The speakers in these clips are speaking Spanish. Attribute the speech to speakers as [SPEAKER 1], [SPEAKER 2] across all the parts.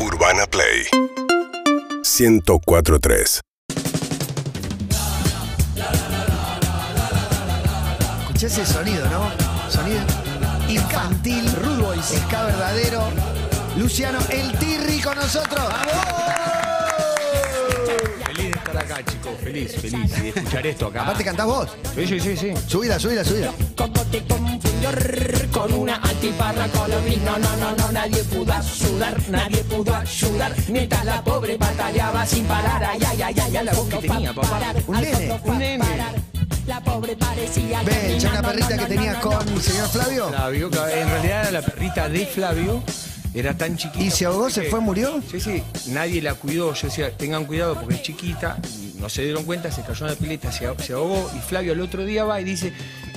[SPEAKER 1] Urbana Play 1043.
[SPEAKER 2] Escuché ese sonido, ¿no? Sonido infantil, Rude Boys, Ska verdadero. Luciano El Tirri con nosotros.
[SPEAKER 3] Feliz de estar acá, chicos. Feliz, feliz. Y de escuchar esto acá.
[SPEAKER 2] Aparte cantás vos.
[SPEAKER 3] sí, sí, sí, sí.
[SPEAKER 2] Subida, subida, subida.
[SPEAKER 4] Como te confundió rrr, con una antiparra colombiana. No, no, no, nadie pudo ayudar, nadie pudo ayudar. Mientras la pobre batallaba sin parar, ay, ay, ay, ay, a la boca
[SPEAKER 3] tenía, papá.
[SPEAKER 2] Un nene,
[SPEAKER 3] un nene.
[SPEAKER 4] La pobre parecía
[SPEAKER 2] Ven,
[SPEAKER 4] gallina,
[SPEAKER 2] ya una
[SPEAKER 4] no,
[SPEAKER 2] perrita
[SPEAKER 4] no,
[SPEAKER 2] que
[SPEAKER 4] no,
[SPEAKER 2] tenías
[SPEAKER 4] no,
[SPEAKER 2] con
[SPEAKER 4] no.
[SPEAKER 2] el señor Flavio.
[SPEAKER 3] Flavio, que en realidad la perrita de Flavio era tan chiquita.
[SPEAKER 2] ¿Y se ahogó,
[SPEAKER 3] porque-
[SPEAKER 2] se fue, murió?
[SPEAKER 3] Sí, sí. Nadie la cuidó. Yo decía, tengan cuidado porque es chiquita. Y No se dieron cuenta, se cayó en la pileta, se, se ahogó. Y Flavio al otro día va y dice,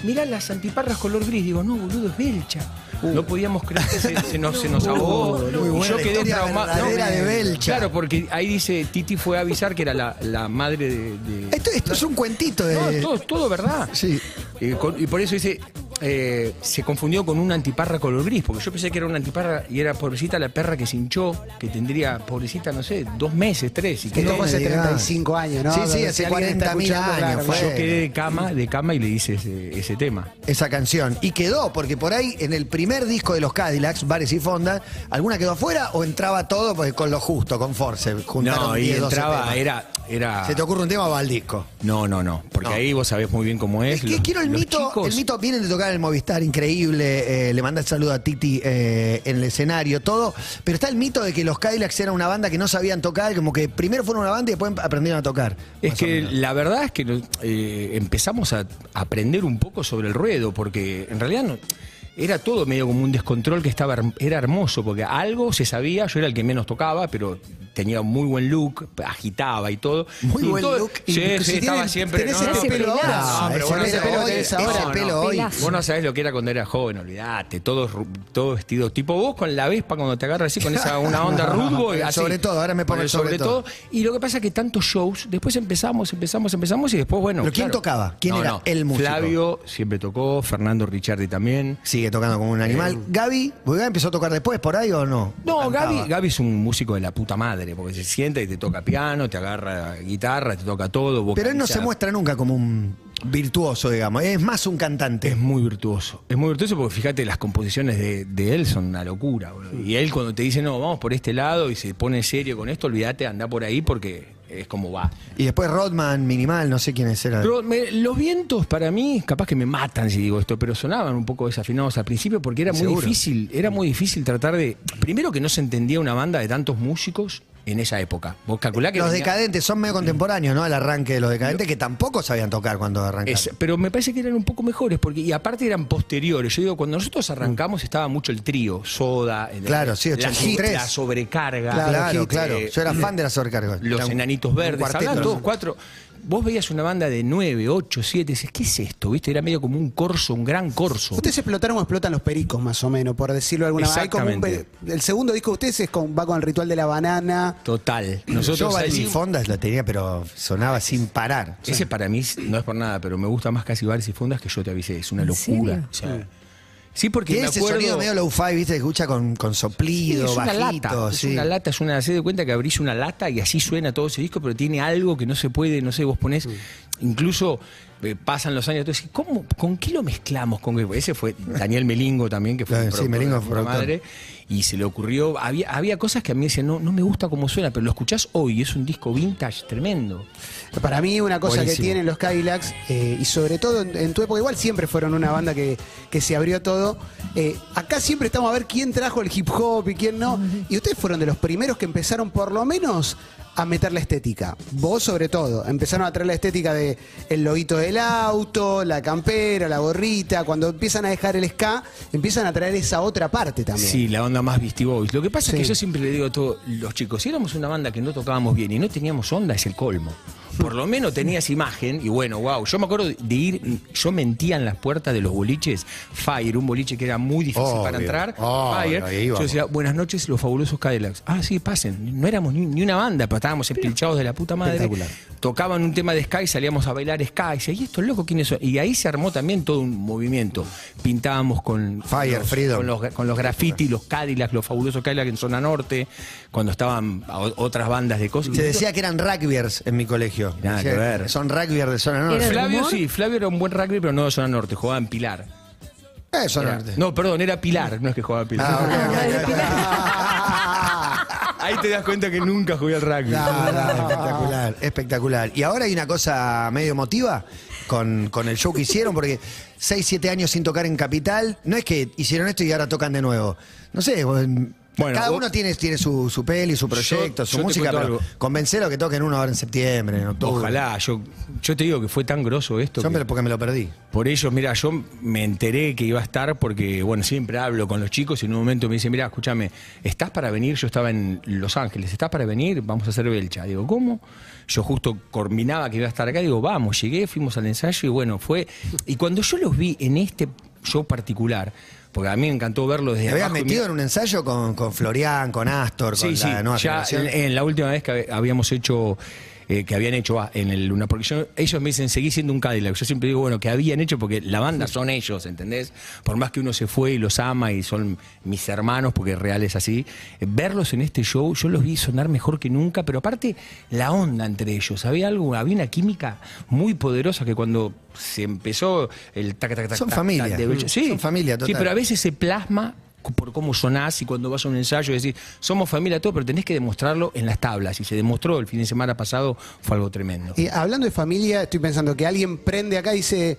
[SPEAKER 3] mirá las antiparras color gris. Digo, no, boludo, es belcha.
[SPEAKER 2] Uh.
[SPEAKER 3] No podíamos creer que se, se nos, se nos ahogó.
[SPEAKER 2] muy
[SPEAKER 3] Y
[SPEAKER 2] buena
[SPEAKER 3] yo
[SPEAKER 2] la
[SPEAKER 3] quedé
[SPEAKER 2] historia
[SPEAKER 3] traumado.
[SPEAKER 2] verdadera de Belcha.
[SPEAKER 3] Claro, porque ahí dice, Titi fue a avisar que era la, la madre de... de-
[SPEAKER 2] Esto, esto es un cuentito
[SPEAKER 3] No,
[SPEAKER 2] de.
[SPEAKER 3] todo, todo verdad.
[SPEAKER 2] Sí.
[SPEAKER 3] Eh, con- y por eso dice, eh, se confundió con una antiparra color gris, porque yo pensé que era una antiparra y era pobrecita la perra que se hinchó, que tendría, pobrecita, no sé, dos meses, tres. Y que
[SPEAKER 5] Esto
[SPEAKER 2] No
[SPEAKER 5] fue hace
[SPEAKER 2] me digas.
[SPEAKER 5] 35 años, ¿no?
[SPEAKER 2] Sí, sí,
[SPEAKER 5] Donde
[SPEAKER 2] hace
[SPEAKER 5] si alguien
[SPEAKER 2] 40.000
[SPEAKER 5] está escuchando,
[SPEAKER 2] años
[SPEAKER 5] claro,
[SPEAKER 2] fue.
[SPEAKER 5] yo
[SPEAKER 3] yo
[SPEAKER 5] quedé-
[SPEAKER 3] quedé de cama, de cama y le hice ese, ese tema.
[SPEAKER 2] Esa canción. Y quedó, porque por ahí en el primer disco de los Cadillacs, Bares y Fondas, ¿alguna quedó afuera o entraba todo porque con lo justo, con Force? Juntaron
[SPEAKER 3] No, y
[SPEAKER 2] 10, 12
[SPEAKER 3] entraba,
[SPEAKER 2] temas?
[SPEAKER 3] era, era.
[SPEAKER 2] ¿Se te ocurre un tema o va al disco?
[SPEAKER 3] No, no, no. Porque
[SPEAKER 2] No.
[SPEAKER 3] ahí vos sabés muy bien cómo es.
[SPEAKER 2] Es que
[SPEAKER 3] los-
[SPEAKER 2] quiero el
[SPEAKER 3] los
[SPEAKER 2] mito,
[SPEAKER 3] chicos-
[SPEAKER 2] el mito vienen de tocar en el Movistar, increíble, eh, le manda el saludo a Titi eh, en el escenario, todo, pero está el mito de que los Cadillacs eran una banda que no sabían tocar, como que primero fueron una banda y después aprendieron a tocar.
[SPEAKER 3] Es
[SPEAKER 2] más o
[SPEAKER 3] que
[SPEAKER 2] menos.
[SPEAKER 3] la verdad es que nos- eh, empezamos a aprender un poco sobre el ruedo, porque en realidad no, era todo medio como un descontrol que estaba her- era hermoso, porque algo se sabía, yo era el que menos tocaba, pero tenía un muy buen look, agitaba y todo.
[SPEAKER 2] Muy
[SPEAKER 3] Y
[SPEAKER 2] buen
[SPEAKER 3] todo-
[SPEAKER 2] look,
[SPEAKER 3] Sí,
[SPEAKER 2] y
[SPEAKER 3] sí,
[SPEAKER 2] si
[SPEAKER 3] estaba
[SPEAKER 2] tienen-
[SPEAKER 3] siempre.
[SPEAKER 2] tenés
[SPEAKER 3] no,
[SPEAKER 2] ese
[SPEAKER 3] no,
[SPEAKER 2] pelo
[SPEAKER 3] no,
[SPEAKER 2] ahora,
[SPEAKER 3] no, pero
[SPEAKER 2] ese
[SPEAKER 3] vos no
[SPEAKER 2] pelo
[SPEAKER 3] sabés
[SPEAKER 2] hoy,
[SPEAKER 3] lo que-
[SPEAKER 2] ese pelo hoy.
[SPEAKER 3] Vos no sabés lo que era cuando era joven, olvidate, todo, ru- todo vestido. Tipo vos con la Vespa cuando te agarras así con esa una onda rudo.
[SPEAKER 2] El sobre todo, ahora me pongo el sobre todo.
[SPEAKER 3] Y lo que pasa es que tantos shows, después empezamos, empezamos, empezamos y después, bueno.
[SPEAKER 2] ¿Pero quién tocaba? ¿Quién era el músico?
[SPEAKER 3] Flavio siempre tocó, Fernando Ricciardi también.
[SPEAKER 2] Sigue tocando como un animal. Gaby, ¿porque Gaby empezó a tocar después por ahí o no?
[SPEAKER 3] Eh. No,
[SPEAKER 2] Cantaba.
[SPEAKER 3] Gaby, Gaby es un músico de la puta madre, porque se sienta y te toca piano, te agarra guitarra, te toca todo.
[SPEAKER 2] Pero él no
[SPEAKER 3] vocaliza.
[SPEAKER 2] se muestra nunca como un virtuoso, digamos, es más un
[SPEAKER 3] Es
[SPEAKER 2] cantante.
[SPEAKER 3] muy virtuoso. Es muy virtuoso porque fíjate, las composiciones de, de él son una locura. boludo. Y él cuando te dice, no, vamos por este lado y se pone serio con esto, olvídate, anda por ahí porque es como va.
[SPEAKER 2] Y después Rodman, Minimal, no sé quiénes eran.
[SPEAKER 3] Pero me- los vientos para mí, capaz que me matan si digo esto, pero sonaban un poco desafinados al principio porque era muy
[SPEAKER 2] Seguro.
[SPEAKER 3] difícil, era muy difícil tratar de. Primero que no se entendía una banda de tantos músicos en esa época. Vos calculá que
[SPEAKER 2] los
[SPEAKER 3] venía-
[SPEAKER 2] decadentes son medio contemporáneos, ¿no? Al arranque de los decadentes, que tampoco sabían tocar cuando arrancaron.
[SPEAKER 3] Es- pero me parece que eran un poco mejores, porque, y aparte eran posteriores. Yo digo, cuando nosotros arrancamos estaba mucho el trío, soda, el-
[SPEAKER 2] Mm. Claro, sí,
[SPEAKER 3] la,
[SPEAKER 2] 83.
[SPEAKER 3] la sobrecarga,
[SPEAKER 2] Claro, claro.
[SPEAKER 3] eh,
[SPEAKER 2] Yo era fan de las sobrecargas.
[SPEAKER 3] los
[SPEAKER 2] Era un-
[SPEAKER 3] enanitos
[SPEAKER 2] un
[SPEAKER 3] verdes,
[SPEAKER 2] cuarteto,
[SPEAKER 3] hablaban todos
[SPEAKER 2] ¿no?
[SPEAKER 3] cuatro. Vos veías una banda de nueve, ocho, siete, decías, ¿qué es esto? ¿Viste? Era medio como un corso, un gran corso.
[SPEAKER 5] Ustedes explotaron o explotan los pericos, más o menos, por decirlo de alguna manera. Hay como un
[SPEAKER 3] Exactamente.
[SPEAKER 5] pe- el segundo disco de ustedes es con- va con el ritual de la banana.
[SPEAKER 3] Total.
[SPEAKER 2] Yo
[SPEAKER 3] Nosotros ahí-
[SPEAKER 2] Valdis Fondas la tenía, pero sonaba sin parar.
[SPEAKER 3] Ese para mí es- no es por nada, pero me gusta más casi bares y fondas que yo te avisé. Es una locura. O sea, sí, porque
[SPEAKER 2] Tiene
[SPEAKER 3] me
[SPEAKER 2] ese
[SPEAKER 3] acuerdo-
[SPEAKER 2] sonido medio low-fi, ¿viste? Que escucha con, con
[SPEAKER 3] Sí,
[SPEAKER 2] soplido,
[SPEAKER 3] es una
[SPEAKER 2] bajito.
[SPEAKER 3] lata, es
[SPEAKER 2] sí.
[SPEAKER 3] una lata, es una, se de cuenta que abrís una lata y así suena todo ese disco, pero tiene algo que no se puede, no sé, vos ponés, incluso eh, pasan los años, tú decís, ¿cómo, ¿con qué lo mezclamos? ¿Con qué? Ese fue Daniel Melingo también, que fue
[SPEAKER 2] Claro,
[SPEAKER 3] un
[SPEAKER 2] sí,
[SPEAKER 3] productor
[SPEAKER 2] Melingo
[SPEAKER 3] de
[SPEAKER 2] fue
[SPEAKER 3] puta
[SPEAKER 2] productor.
[SPEAKER 3] madre, y se le ocurrió, había, había cosas que a mí decían, no, no me gusta cómo suena, pero lo escuchás hoy, es un disco vintage tremendo.
[SPEAKER 5] Para mí una cosa que
[SPEAKER 3] Buenísimo.
[SPEAKER 5] tienen los Cadillacs, eh, y sobre todo en, en tu época, igual siempre fueron una banda que, que se abrió a todo. eh, acá siempre estamos a ver quién trajo el hip hop y quién no. Y ustedes fueron de los primeros que empezaron por lo menos a meter la estética. Vos sobre todo. Empezaron a traer la estética de el loguito del auto, la campera, la gorrita. Cuando empiezan a dejar el ska, empiezan a traer esa otra parte también.
[SPEAKER 3] Sí, la onda más Beastie Boys. Lo que pasa
[SPEAKER 5] Sí.
[SPEAKER 3] es que yo siempre le digo a todos los chicos, si éramos una banda que no tocábamos bien y no teníamos onda, es el colmo. Por lo menos tenías imagen y bueno, wow. Yo me acuerdo de ir, yo mentía en las puertas de los boliches. Fire, un boliche que era muy difícil para
[SPEAKER 2] Obvio,
[SPEAKER 3] entrar.
[SPEAKER 2] obvio, ahí
[SPEAKER 3] Fire. Yo
[SPEAKER 2] íbamos.
[SPEAKER 3] decía, buenas noches, los fabulosos Cadillacs. Ah, sí, pasen. No éramos ni, ni una banda, pero estábamos empilchados de la puta madre.
[SPEAKER 5] Espectacular.
[SPEAKER 3] Tocaban un tema de Sky, salíamos a bailar Sky. Y decía, ¿y estos locos quiénes son? Y ahí se armó también todo un movimiento. Pintábamos con,
[SPEAKER 2] Fire,
[SPEAKER 3] los,
[SPEAKER 2] Freedom.
[SPEAKER 3] con los los- con los graffiti, los Cadillacs, los fabulosos Cadillacs en zona norte, cuando estaban o- otras bandas de cosas.
[SPEAKER 2] Se decía que eran rugbyers en mi colegio.
[SPEAKER 3] Nada
[SPEAKER 2] Decía,
[SPEAKER 3] que ver.
[SPEAKER 2] Son rugbyers de zona norte.
[SPEAKER 1] Era-
[SPEAKER 3] Flavio
[SPEAKER 1] ¿Rumor?
[SPEAKER 3] sí, Flavio era un buen rugby, pero no de zona norte, jugaba en Pilar.
[SPEAKER 2] Eh, zona
[SPEAKER 3] Era-
[SPEAKER 2] norte.
[SPEAKER 3] no, perdón, era Pilar, no es que jugaba en Pilar.
[SPEAKER 2] Ah, ok, ok, ok, ok.
[SPEAKER 3] Ahí te das cuenta que nunca jugué al rugby.
[SPEAKER 2] No, no, espectacular, espectacular. Y ahora hay una cosa medio emotiva con, con el show que hicieron, porque 6, 7 años sin tocar en Capital, no es que hicieron esto y ahora tocan de nuevo. No sé, vos-
[SPEAKER 3] Bueno,
[SPEAKER 2] cada
[SPEAKER 3] vos-
[SPEAKER 2] uno tiene, tiene su, su peli, su proyecto, su
[SPEAKER 3] yo te
[SPEAKER 2] música,
[SPEAKER 3] cuento
[SPEAKER 2] pero
[SPEAKER 3] algo.
[SPEAKER 2] convencelo que toquen uno ahora en septiembre, en octubre.
[SPEAKER 3] Ojalá, yo, yo te digo que fue tan grosso esto.
[SPEAKER 2] Yo
[SPEAKER 3] que-
[SPEAKER 2] me- porque me lo perdí.
[SPEAKER 3] Por ellos, mira, yo me enteré que iba a estar porque, bueno, siempre hablo con los chicos y en un momento me dicen, mira, escúchame, ¿estás para venir? Yo estaba en Los Ángeles, ¿estás para venir? Vamos a hacer Belcha. Digo, ¿cómo? Yo justo combinaba que iba a estar acá, digo, vamos, llegué, fuimos al ensayo y bueno, fue... Y cuando yo los vi en este show particular, porque a mí me encantó verlo desde
[SPEAKER 2] Te habías
[SPEAKER 3] abajo y
[SPEAKER 2] metido
[SPEAKER 3] mi-
[SPEAKER 2] en un ensayo con, con Florian, con Astor, con la nueva
[SPEAKER 3] ya
[SPEAKER 2] generación.
[SPEAKER 3] en, en la última vez que hab- habíamos hecho, eh, que habían hecho ah, en el Luna, porque yo- ellos me dicen, seguí siendo un Cadillac. Yo siempre digo, bueno, que habían hecho, porque la banda son ellos, ¿entendés? Por más que uno se fue y los ama y son mis hermanos, porque real es así, eh, verlos en este show, yo los vi sonar mejor que nunca, pero aparte la onda entre ellos, había algo, había una química muy poderosa que cuando se empezó el tac, tac, tac,
[SPEAKER 2] Son
[SPEAKER 3] tac,
[SPEAKER 2] familia,
[SPEAKER 3] tac de Belcha-
[SPEAKER 2] mm,
[SPEAKER 3] sí,
[SPEAKER 2] son familia,
[SPEAKER 3] Sí,
[SPEAKER 2] total.
[SPEAKER 3] pero a veces se plasma cu- por cómo sonás y cuando vas a un ensayo decís, somos familia todo, pero tenés que demostrarlo en las tablas. Y se demostró el fin de semana pasado, fue algo tremendo.
[SPEAKER 5] Eh, hablando de familia, estoy pensando que alguien prende acá y dice.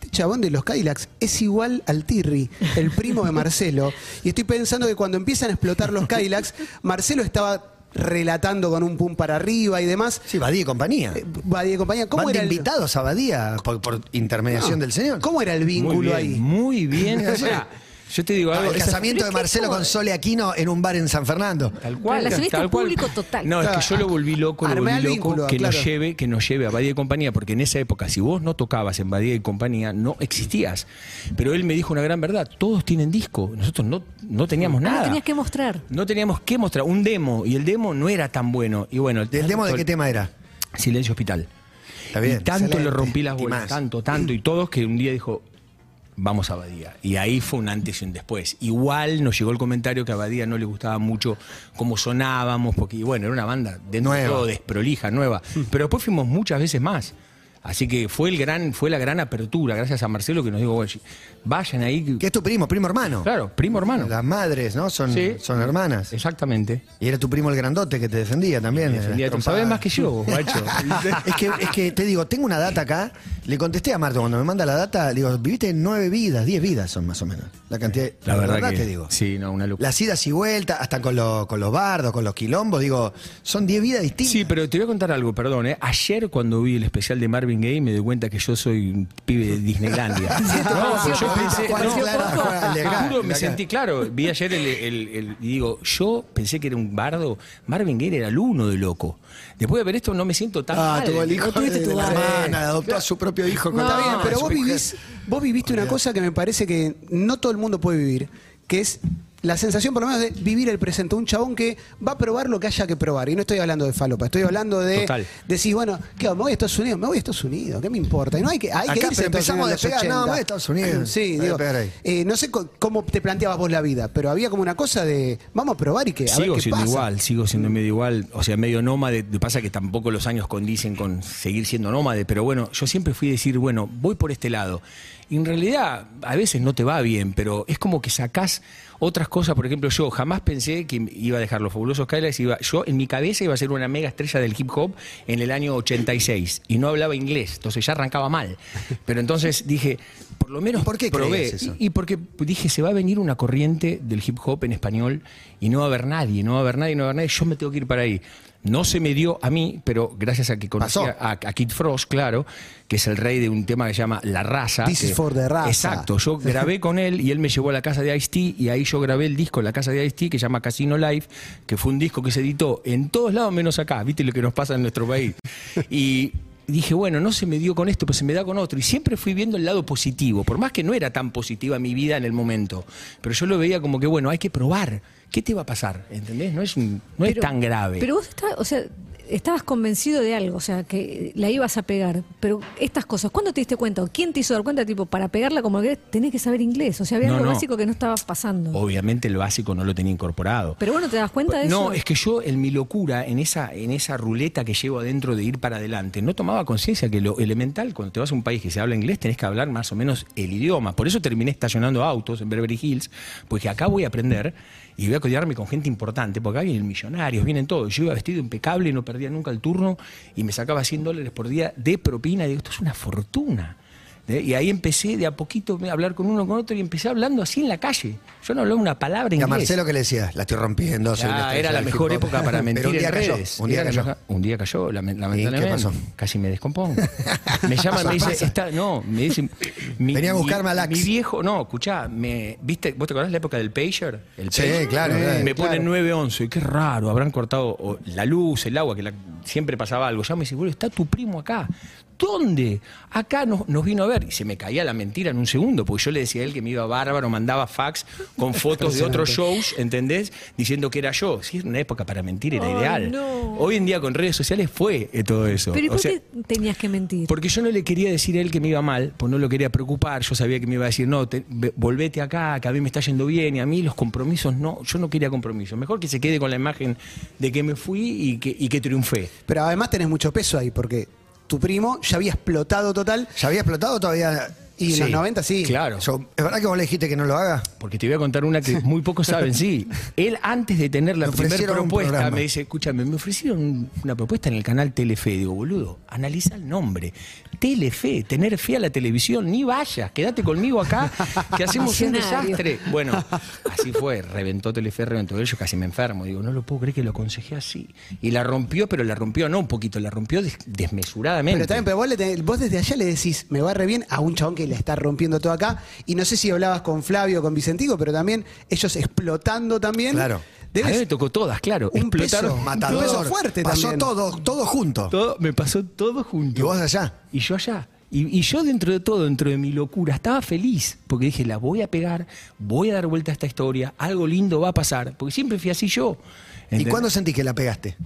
[SPEAKER 5] "Este Chabón de los Cadillacs es igual al Tirri, el primo de Marcelo. Y estoy pensando que cuando empiezan a explotar los Cadillacs, Marcelo estaba relatando con un pum para arriba y demás.
[SPEAKER 2] Sí, Badía y compañía.
[SPEAKER 5] Eh, Badía y compañía, ¿cómo
[SPEAKER 2] Van de
[SPEAKER 5] era el-
[SPEAKER 2] invitados a Badía por, por intermediación
[SPEAKER 3] Ah,
[SPEAKER 5] No,
[SPEAKER 2] del señor.
[SPEAKER 5] ¿Cómo era el
[SPEAKER 3] muy
[SPEAKER 5] vínculo
[SPEAKER 3] bien,
[SPEAKER 5] ahí?
[SPEAKER 3] muy bien. O sea, yo te digo
[SPEAKER 2] Ah,
[SPEAKER 3] algo.
[SPEAKER 2] el
[SPEAKER 3] esa-
[SPEAKER 2] casamiento de Marcelo con Sole Aquino en un bar en San Fernando.
[SPEAKER 3] eh. Tal cual.
[SPEAKER 1] Relacionista
[SPEAKER 3] tal cual.
[SPEAKER 1] público total.
[SPEAKER 3] No, es que
[SPEAKER 5] Claro.
[SPEAKER 3] yo lo volví loco, lo
[SPEAKER 5] Armé
[SPEAKER 3] volví
[SPEAKER 5] al
[SPEAKER 3] loco
[SPEAKER 5] vínculo,
[SPEAKER 3] que,
[SPEAKER 5] claro.
[SPEAKER 3] nos lleve, que nos lleve a Badía y compañía, porque en esa época, si vos no tocabas en Badía y compañía, no existías. Pero él me dijo una gran verdad: todos tienen disco, nosotros no, no teníamos
[SPEAKER 1] Ah,
[SPEAKER 3] nada.
[SPEAKER 1] tenías que mostrar.
[SPEAKER 3] No teníamos que mostrar un demo y el demo no era tan bueno. Y bueno,
[SPEAKER 2] ¿Del demo de qué tema era?
[SPEAKER 3] Silencio Hospital.
[SPEAKER 2] Está bien,
[SPEAKER 3] y tanto
[SPEAKER 2] excelente.
[SPEAKER 3] le rompí las
[SPEAKER 2] Y
[SPEAKER 3] bolas,
[SPEAKER 2] más.
[SPEAKER 3] tanto, tanto, y todos que un día dijo, vamos a Abadía. Y ahí fue un antes y un después. Igual nos llegó el comentario que a Abadía no le gustaba mucho cómo sonábamos, porque y bueno, era una banda de
[SPEAKER 2] Nueva. Mm.
[SPEAKER 3] nuevo, desprolija, nueva. Pero después fuimos muchas veces más. Así que fue el gran, fue la gran apertura, gracias a Marcelo que nos dijo, "Oye, vayan ahí.
[SPEAKER 2] Que es tu primo, primo hermano.
[SPEAKER 3] Claro, primo hermano.
[SPEAKER 2] Las madres, ¿no? Son,
[SPEAKER 3] Sí.
[SPEAKER 2] son hermanas.
[SPEAKER 3] Exactamente.
[SPEAKER 2] Y era tu primo el grandote que te defendía también. eh, de las
[SPEAKER 3] Defendía-
[SPEAKER 2] trompadas.
[SPEAKER 3] Sabés más que yo, vos, guacho.
[SPEAKER 2] es, que, es que te digo, tengo una data acá. Le contesté a Marta cuando me manda la data, le digo, viviste nueve vidas, diez vidas son más o menos. La cantidad.
[SPEAKER 3] La verdad, que,
[SPEAKER 2] te digo.
[SPEAKER 3] Sí, no, una locura.
[SPEAKER 2] Las idas y vueltas, hasta con, los- con los bardos, con los quilombos, digo, son diez vidas distintas.
[SPEAKER 3] Sí, pero te voy a contar algo, perdón. ¿eh? Ayer cuando vi el especial de Marvin Gaye me di cuenta que yo soy un pibe de Disneylandia. no,
[SPEAKER 2] pareció
[SPEAKER 3] pues yo
[SPEAKER 2] poco,
[SPEAKER 3] pensé,
[SPEAKER 2] Juan,
[SPEAKER 3] no,
[SPEAKER 2] claro,
[SPEAKER 3] te
[SPEAKER 2] Juan, de acá,
[SPEAKER 3] juro,
[SPEAKER 2] de
[SPEAKER 3] me
[SPEAKER 2] acá.
[SPEAKER 3] sentí claro. Vi ayer el, el- el- y digo, yo pensé que era un bardo. Marvin Gaye era el uno de loco. Después de ver esto no me siento tan
[SPEAKER 2] Ah,
[SPEAKER 3] mal.
[SPEAKER 2] tuvo el hijo
[SPEAKER 1] no tuviste
[SPEAKER 2] de
[SPEAKER 1] tu
[SPEAKER 2] la
[SPEAKER 1] barba.
[SPEAKER 2] hermana, adoptó a su propio hijo. con la-
[SPEAKER 5] Está
[SPEAKER 3] Ah.
[SPEAKER 5] bien, pero
[SPEAKER 2] su
[SPEAKER 5] vos
[SPEAKER 2] mujer.
[SPEAKER 5] vivís, vos viviste una cosa que me parece que no todo el mundo puede vivir, que es la sensación por lo menos de vivir el presente, un chabón que va a probar lo que haya que probar. Y no estoy hablando de falopa, estoy hablando de
[SPEAKER 3] Total.
[SPEAKER 5] decís, bueno, ¿qué hago? me voy a Estados Unidos, me voy a Estados Unidos, ¿qué me importa? Y no hay que, hay que
[SPEAKER 2] Acá,
[SPEAKER 5] irse
[SPEAKER 2] pero
[SPEAKER 5] Estados
[SPEAKER 2] empezamos
[SPEAKER 5] Unidos
[SPEAKER 2] a
[SPEAKER 5] en los
[SPEAKER 2] despegar, no,
[SPEAKER 5] 80.
[SPEAKER 2] me voy a Estados Unidos.
[SPEAKER 5] Sí,
[SPEAKER 2] Ahí,
[SPEAKER 5] digo,
[SPEAKER 2] pegar ahí.
[SPEAKER 5] eh, no sé co- cómo te planteabas vos la vida, pero había como una cosa de, vamos a probar y que a ver
[SPEAKER 3] sigo
[SPEAKER 5] qué
[SPEAKER 3] siendo
[SPEAKER 5] pasa.
[SPEAKER 3] igual, sigo siendo medio igual, o sea, medio nómade, Lo que pasa que tampoco los años condicen con seguir siendo nómade, pero bueno, yo siempre fui a decir, bueno, voy por este lado. Y en realidad, a veces no te va bien, pero es como que sacás otras cosas, por ejemplo, yo jamás pensé que iba a dejar los fabulosos Cadillacs, iba, yo en mi cabeza iba a ser una mega estrella del hip hop en el año 86 y no hablaba inglés, entonces ya arrancaba mal. Pero entonces dije, por lo menos
[SPEAKER 2] por qué
[SPEAKER 3] probé
[SPEAKER 2] creías eso?
[SPEAKER 3] Y- y porque dije, se va a venir una corriente del hip hop en español y no va a haber nadie, no va a haber nadie, no va a haber nadie. Yo me tengo que ir para ahí. No se me dio a mí, pero gracias a que conocí
[SPEAKER 2] Pasó.
[SPEAKER 3] a, a Kid Frost, claro, que es el rey de un tema que se llama La Raza.
[SPEAKER 5] This is
[SPEAKER 3] que-
[SPEAKER 5] for the raza.
[SPEAKER 3] Exacto. Yo grabé con él y él me llevó a la casa de Ice-T y ahí yo grabé el disco en la casa de Ice-T que se llama Casino Life, que fue un disco que se editó en todos lados menos acá, viste lo que nos pasa en nuestro país. Y dije, bueno, no se me dio con esto, pero se me da con otro. Y siempre fui viendo el lado positivo, por más que no era tan positiva mi vida en el momento. Pero yo lo veía como que, bueno, hay que probar. ¿Qué te va a pasar? ¿Entendés? No es, un- no es
[SPEAKER 1] Pero-
[SPEAKER 3] tan grave.
[SPEAKER 1] Pero vos está- o sea, estabas convencido de algo, o sea, que la ibas a pegar. Pero estas cosas, ¿cuándo te diste cuenta? ¿O quién te hizo dar cuenta? Tipo, para pegarla como que tenés que saber inglés. O sea, había
[SPEAKER 3] No,
[SPEAKER 1] algo
[SPEAKER 3] no.
[SPEAKER 1] básico que no estaba pasando.
[SPEAKER 3] Obviamente el básico no lo tenía incorporado.
[SPEAKER 1] Pero bueno, ¿te das cuenta de eso?
[SPEAKER 3] Pues, No, es que yo en mi locura, en esa, en esa ruleta que llevo adentro de ir para adelante, no tomaba conciencia que lo elemental, cuando te vas a un país que se habla inglés, tenés que hablar más o menos el idioma. Por eso terminé estacionando autos en Beverly Hills, porque acá voy a aprender y voy a codearme con gente importante, porque acá vienen millonarios, vienen todos. Yo iba vestido impecable, no perdía nunca el turno y me sacaba 100 dólares por día de propina. Y digo, esto es una fortuna. ¿Eh? Y ahí empecé de a poquito a hablar con uno con otro y empecé hablando así en la calle. Yo no hablaba una
[SPEAKER 2] Y
[SPEAKER 3] palabra inglés.
[SPEAKER 2] a Marcelo que le decías, la estoy rompiendo. soy
[SPEAKER 3] Ya,
[SPEAKER 2] una estrella
[SPEAKER 3] era la
[SPEAKER 2] del
[SPEAKER 3] mejor
[SPEAKER 2] hip hop.
[SPEAKER 3] época para mentir
[SPEAKER 2] Pero un día
[SPEAKER 3] en
[SPEAKER 2] cayó,
[SPEAKER 3] redes.
[SPEAKER 2] Un día
[SPEAKER 3] Era la
[SPEAKER 2] cayó.
[SPEAKER 3] meja- un día cayó, lame- lamentablemente.
[SPEAKER 2] pasó?
[SPEAKER 3] Casi me descompongo. Me llaman, me dice,
[SPEAKER 2] pasa.
[SPEAKER 3] está, no, me dice, mi,
[SPEAKER 2] Venía a
[SPEAKER 3] mi-
[SPEAKER 2] buscarme al Axe.
[SPEAKER 3] Mi viejo, no, escuchá, me, ¿viste, vos te acordás de la época del pager? El
[SPEAKER 2] Sí,
[SPEAKER 3] pager.
[SPEAKER 2] claro, claro.
[SPEAKER 3] Me ponen 911, qué raro, habrán cortado o, la luz, el agua, que la- siempre pasaba algo. Ya me dice, boludo, está tu primo acá. ¿Dónde? Acá nos, nos vino a ver. Y se me caía la mentira en un segundo, porque yo le decía a él que me iba bárbaro, mandaba fax con fotos de otros shows, ¿entendés? Diciendo que era yo. Sí, era una época para mentir, era
[SPEAKER 1] Ay,
[SPEAKER 3] ideal.
[SPEAKER 1] no.
[SPEAKER 3] Hoy en día con redes sociales fue eh, todo eso.
[SPEAKER 1] Pero ¿y
[SPEAKER 3] O
[SPEAKER 1] por
[SPEAKER 3] sea,
[SPEAKER 1] qué tenías que mentir?
[SPEAKER 3] porque yo no le quería decir a él que me iba mal, pues no lo quería preocupar, yo sabía que me iba a decir, no, te- ve- volvete acá, que a mí me está yendo bien, y a mí los compromisos no, yo no quería compromisos. Mejor que se quede con la imagen de que me fui y que, y que triunfé.
[SPEAKER 5] Pero además tenés mucho peso ahí, porque tu primo ya había explotado total.
[SPEAKER 2] ¿Ya había explotado todavía?
[SPEAKER 5] Y en
[SPEAKER 3] Sí,
[SPEAKER 5] los 90 sí.
[SPEAKER 3] Claro.
[SPEAKER 2] Yo- ¿Es verdad que vos le dijiste que no lo haga?
[SPEAKER 3] Porque te voy a contar una que muy pocos saben, sí. Él antes de tener la
[SPEAKER 2] Me
[SPEAKER 3] primera
[SPEAKER 2] ofrecieron un
[SPEAKER 3] propuesta
[SPEAKER 2] programa.
[SPEAKER 3] me dice, escúchame, me ofrecieron un- una propuesta en el canal Telefe. Digo, boludo, analiza el nombre. Telefe, tener fe a la televisión, ni vayas, quédate conmigo acá, que hacemos un
[SPEAKER 1] Visionario.
[SPEAKER 3] desastre. Bueno, así fue, reventó Telefe, reventó él, yo casi me enfermo. Digo, no lo puedo creer que lo aconsejé así. Y la rompió, pero la rompió no un poquito, la rompió des- desmesuradamente.
[SPEAKER 5] Pero también, pero vos, le tenés- vos desde allá le decís, me va re bien a un chabón que la está rompiendo todo acá. Y no sé si hablabas con Flavio, con Vicentico, pero también ellos explotando también.
[SPEAKER 2] Claro.
[SPEAKER 3] a mí me
[SPEAKER 5] Debes
[SPEAKER 3] tocó todas, claro.
[SPEAKER 5] un
[SPEAKER 3] Explotaron
[SPEAKER 5] peso.
[SPEAKER 2] Matador.
[SPEAKER 5] Un peso fuerte
[SPEAKER 2] Pasó
[SPEAKER 5] también.
[SPEAKER 2] todo, todo junto.
[SPEAKER 3] todo, me pasó todo junto.
[SPEAKER 2] Y vos allá.
[SPEAKER 3] Y yo allá. Y, y yo dentro de todo, dentro de mi locura, estaba feliz, porque dije, la voy a pegar, voy a dar vuelta a esta historia, algo lindo va a pasar, porque siempre fui así yo.
[SPEAKER 2] ¿Y
[SPEAKER 3] ¿entendés?
[SPEAKER 2] cuándo sentís que la pegaste?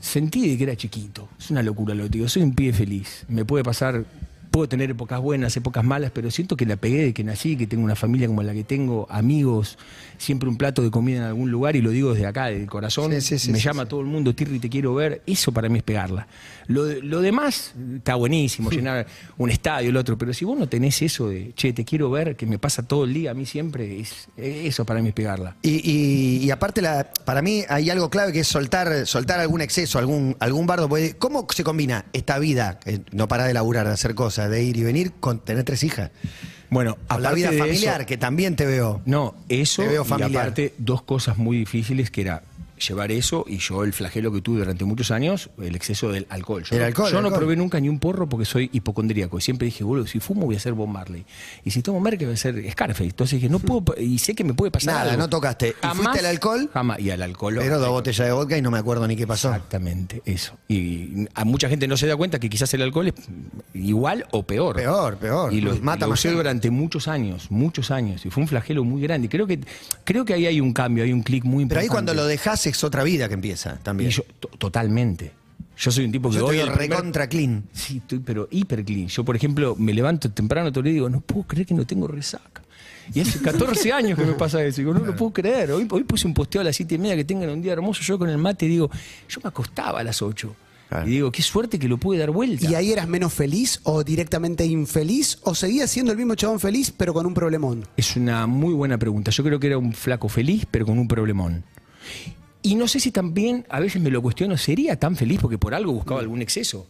[SPEAKER 3] Sentí de que era chiquito, es una locura lo que te digo, soy un pibe feliz, me puede pasar, puedo tener épocas buenas, épocas malas, pero siento que la pegué de que nací, que tengo una familia como la que tengo, amigos, siempre un plato de comida en algún lugar, y lo digo desde acá, del corazón,
[SPEAKER 2] Sí, sí, sí,
[SPEAKER 3] me
[SPEAKER 2] sí,
[SPEAKER 3] llama todo el mundo, Tirri, te quiero ver, eso para mí es pegarla. Lo, de- lo demás está buenísimo, llenar un estadio, el otro, pero si vos no tenés eso de, che, te quiero ver, que me pasa todo el día a mí siempre, es, eso para mí es pegarla.
[SPEAKER 2] Y, y- y aparte, la, para mí hay algo clave que es soltar, soltar algún exceso, algún, algún bardo. porque ¿Cómo se combina esta vida, eh, no parar de laburar, de hacer cosas, de ir y venir, con tener tres hijas?
[SPEAKER 3] Bueno,
[SPEAKER 2] Con la
[SPEAKER 3] aparte
[SPEAKER 2] vida
[SPEAKER 3] de eso-
[SPEAKER 2] familiar, que también te veo.
[SPEAKER 3] No, eso
[SPEAKER 2] Te veo
[SPEAKER 3] y
[SPEAKER 2] familiar.
[SPEAKER 3] aparte dos cosas muy difíciles que era llevar eso y yo el flagelo que tuve durante muchos años, el exceso del alcohol. Yo,
[SPEAKER 2] El
[SPEAKER 3] no-
[SPEAKER 2] alcohol,
[SPEAKER 3] yo
[SPEAKER 2] el
[SPEAKER 3] no
[SPEAKER 2] alcohol.
[SPEAKER 3] probé nunca ni un porro porque soy hipocondríaco y siempre dije, boludo, si fumo voy a ser Bob Marley y si tomo Merck voy a ser Scarface. Entonces dije, no puedo pa- y sé que me puede pasar
[SPEAKER 2] Nada,
[SPEAKER 3] algo.
[SPEAKER 2] no tocaste. ¿Y
[SPEAKER 3] Jamás-
[SPEAKER 2] fuiste al alcohol?
[SPEAKER 3] Jamás, y al alcohol.
[SPEAKER 2] Pero dos botellas de vodka y no me acuerdo ni qué pasó.
[SPEAKER 3] Exactamente, eso. Y a mucha gente no se da cuenta que quizás el alcohol es igual o peor.
[SPEAKER 2] Peor, peor.
[SPEAKER 3] Y lo,
[SPEAKER 2] Mata
[SPEAKER 3] lo
[SPEAKER 2] más
[SPEAKER 3] usé
[SPEAKER 2] gente.
[SPEAKER 3] durante muchos años, muchos años. Y fue un flagelo muy grande. Y Creo que, creo que ahí hay un cambio, hay un clic muy
[SPEAKER 2] Pero
[SPEAKER 3] importante.
[SPEAKER 2] ahí cuando lo dejas es otra vida que empieza
[SPEAKER 3] Y
[SPEAKER 2] también.
[SPEAKER 3] yo, to- totalmente. Yo soy un tipo que
[SPEAKER 2] Yo
[SPEAKER 3] hoy
[SPEAKER 2] te veo
[SPEAKER 3] el primer-
[SPEAKER 2] recontra clean.
[SPEAKER 3] Sí, estoy pero hiper clean. Yo, por ejemplo, me levanto temprano todo el día y digo, no puedo creer que no tengo resaca. Y hace 14 años que me pasa eso. Digo, no lo puedo creer. Hoy, hoy puse un posteo a las 7 y media que tengan un día hermoso. Yo con el mate digo, yo me acostaba a las 8.
[SPEAKER 2] Claro.
[SPEAKER 3] Y digo, qué suerte que lo pude dar vuelta.
[SPEAKER 5] ¿Y ahí eras menos feliz o directamente infeliz o seguías siendo el mismo chabón feliz pero con un problemón?
[SPEAKER 3] Es una muy buena pregunta. Yo creo que era un flaco feliz, pero con un problemón. Y no sé si también, a veces me lo cuestiono, sería tan feliz porque por algo buscaba algún exceso.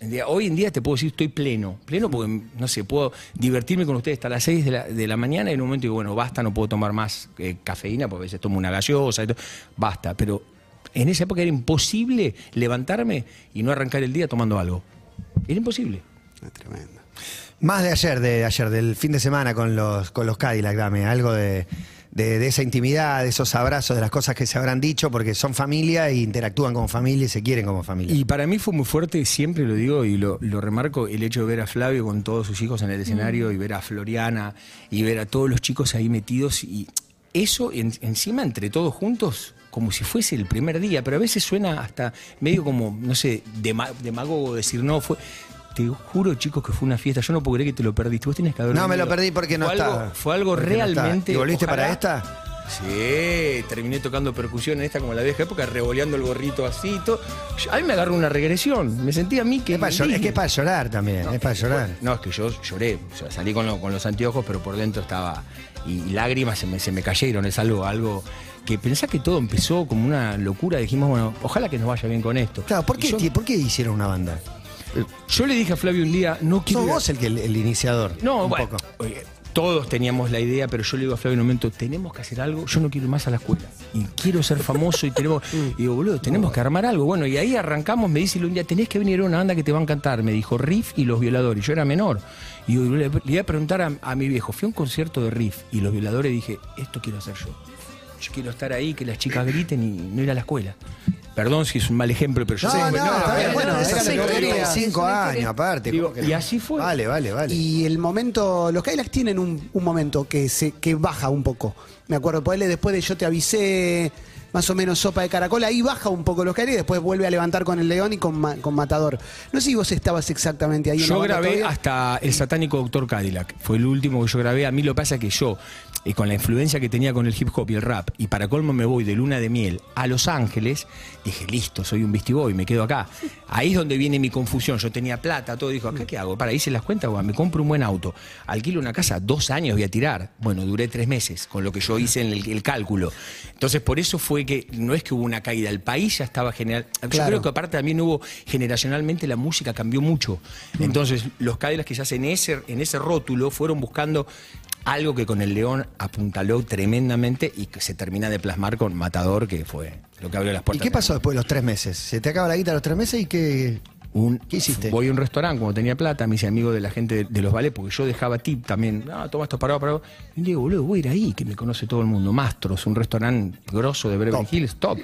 [SPEAKER 3] En día- Hoy en día te puedo decir, estoy pleno. Pleno porque, no sé, puedo divertirme con ustedes hasta las 6 de la, de la mañana y en un momento digo, bueno, basta, no puedo tomar más eh, cafeína porque a veces tomo una gaseosa, y todo. basta. Pero en esa época era imposible levantarme y no arrancar el día tomando algo. Era imposible.
[SPEAKER 5] Ah, Tremendo.
[SPEAKER 2] Más de ayer, de ayer, del fin de semana con los, con los Cadillac, dame algo de, de- de esa intimidad, de esos abrazos, de las cosas que se habrán dicho, porque son familia e interactúan como familia y se quieren como familia.
[SPEAKER 3] Y para mí fue muy fuerte, siempre lo digo y lo, lo remarco, el hecho de ver a Flavio con todos sus hijos en el
[SPEAKER 2] Mm.
[SPEAKER 3] escenario y ver a Floriana y ver a todos los chicos ahí metidos y eso en- encima entre todos juntos como si fuese el primer día, pero a veces suena hasta medio como, no sé, dema- demagogo decir no, fue... Te juro, chicos, que fue una fiesta. Yo no puedo creer que te lo perdiste. Vos tenés que haber
[SPEAKER 2] no, me
[SPEAKER 3] venido.
[SPEAKER 2] lo perdí porque no
[SPEAKER 3] Fue algo-
[SPEAKER 2] estaba.
[SPEAKER 3] Fue algo
[SPEAKER 2] Porque no estaba.
[SPEAKER 3] realmente...
[SPEAKER 2] ¿Y volviste para
[SPEAKER 3] ojalá-
[SPEAKER 2] esta?
[SPEAKER 3] Sí, terminé tocando percusión en esta como la vieja época, revoleando el gorrito así. y todo. Yo- A mí me agarró una regresión. Me sentí a mí que.
[SPEAKER 2] Es, para llorar, es que es para llorar también, es para llorar.
[SPEAKER 3] No, es que yo lloré. O sea, salí con, lo- con los anteojos, pero por dentro estaba. Y, y lágrimas se me, se me cayeron. Es algo, algo que pensá que todo empezó como una locura. Dijimos, bueno, ojalá que nos vaya bien con esto.
[SPEAKER 2] Claro, ¿por
[SPEAKER 3] Y
[SPEAKER 2] qué,
[SPEAKER 3] Yo,
[SPEAKER 2] ti- ¿por qué hicieron una banda?
[SPEAKER 3] yo le dije a Flavio un día, no quiero.
[SPEAKER 2] Sos
[SPEAKER 3] ir a-
[SPEAKER 2] vos el, que, el, el iniciador.
[SPEAKER 3] No,
[SPEAKER 2] un
[SPEAKER 3] bueno,
[SPEAKER 2] poco.
[SPEAKER 3] oye, todos teníamos la idea, pero yo le digo a Flavio en un momento, tenemos que hacer algo, yo no quiero ir más a la escuela. Y quiero ser famoso y tenemos... y digo, boludo, tenemos que armar algo. Bueno, y ahí arrancamos, me dice un día, tenés que venir a una banda que te va a encantar. Me dijo Riff y Los Violadores, yo era menor. Y yo le, le iba a preguntar a, a mi viejo, fui a un concierto de Riff y Los Violadores y dije, esto quiero hacer yo. Yo quiero estar ahí, que las chicas griten y no ir a la escuela. Perdón si es un mal ejemplo, pero yo
[SPEAKER 2] No,
[SPEAKER 3] soy
[SPEAKER 2] no,
[SPEAKER 3] menor.
[SPEAKER 2] está bien,
[SPEAKER 5] no,
[SPEAKER 2] bueno,
[SPEAKER 5] no,
[SPEAKER 2] esa
[SPEAKER 5] era
[SPEAKER 2] es
[SPEAKER 5] la
[SPEAKER 2] la historia de
[SPEAKER 5] historia.
[SPEAKER 2] cinco
[SPEAKER 1] Es una historia.
[SPEAKER 2] años, aparte.
[SPEAKER 3] Digo,
[SPEAKER 2] ¿cómo que
[SPEAKER 3] y
[SPEAKER 2] no?
[SPEAKER 3] así fue.
[SPEAKER 2] Vale, vale, vale.
[SPEAKER 5] Y el momento, los Cadillacs tienen un, un momento que se que baja un poco. Me acuerdo, ponele después de Yo te avisé, más o menos sopa de caracol, ahí baja un poco los Cadillacs, después vuelve a levantar con el León y con, Ma- con Matador. No sé si vos estabas exactamente ahí. en la
[SPEAKER 3] Yo
[SPEAKER 5] banda
[SPEAKER 3] grabé
[SPEAKER 5] todavía.
[SPEAKER 3] hasta El Satánico Doctor Cadillac. Fue el último que yo grabé. A mí lo que pasa es que yo, eh, con la influencia que tenía con el hip hop y el rap, y para colmo me voy de luna de miel a Los Ángeles, dije, listo, soy un Beastie Boy, me quedo acá. Ahí es donde viene mi confusión. Yo tenía plata, todo. Dijo, ¿acá qué hago? Para, hice las cuentas, bueno, me compro un buen auto. Alquilo una casa, dos años voy a tirar. Bueno, duré tres meses con lo que yo hice en el, el cálculo. Entonces, por eso fue que no es que hubo una caída. El país ya estaba general. Yo
[SPEAKER 5] Claro.
[SPEAKER 3] creo que aparte también hubo generacionalmente la música cambió mucho.
[SPEAKER 2] Mm.
[SPEAKER 3] Entonces, los Cadillacs quizás en ese, en ese rótulo fueron buscando algo que con el León apuntaló tremendamente y que se termina de plasmar con Matador, que fue lo que abrió las
[SPEAKER 2] ¿Y
[SPEAKER 3] puertas.
[SPEAKER 2] qué pasó después de los tres meses? ¿Se te acaba la guita a los tres meses y qué,
[SPEAKER 3] Un-
[SPEAKER 2] ¿Qué hiciste?
[SPEAKER 3] Voy a un restaurante cuando tenía plata, me hice amigo de la gente de, de los ballets, porque yo dejaba tip también. Ah, toma esto parado, parado. Y le digo, boludo, voy a ir ahí, que me conoce todo el mundo. Mastros, un restaurante grosso de Beverly Hills, top.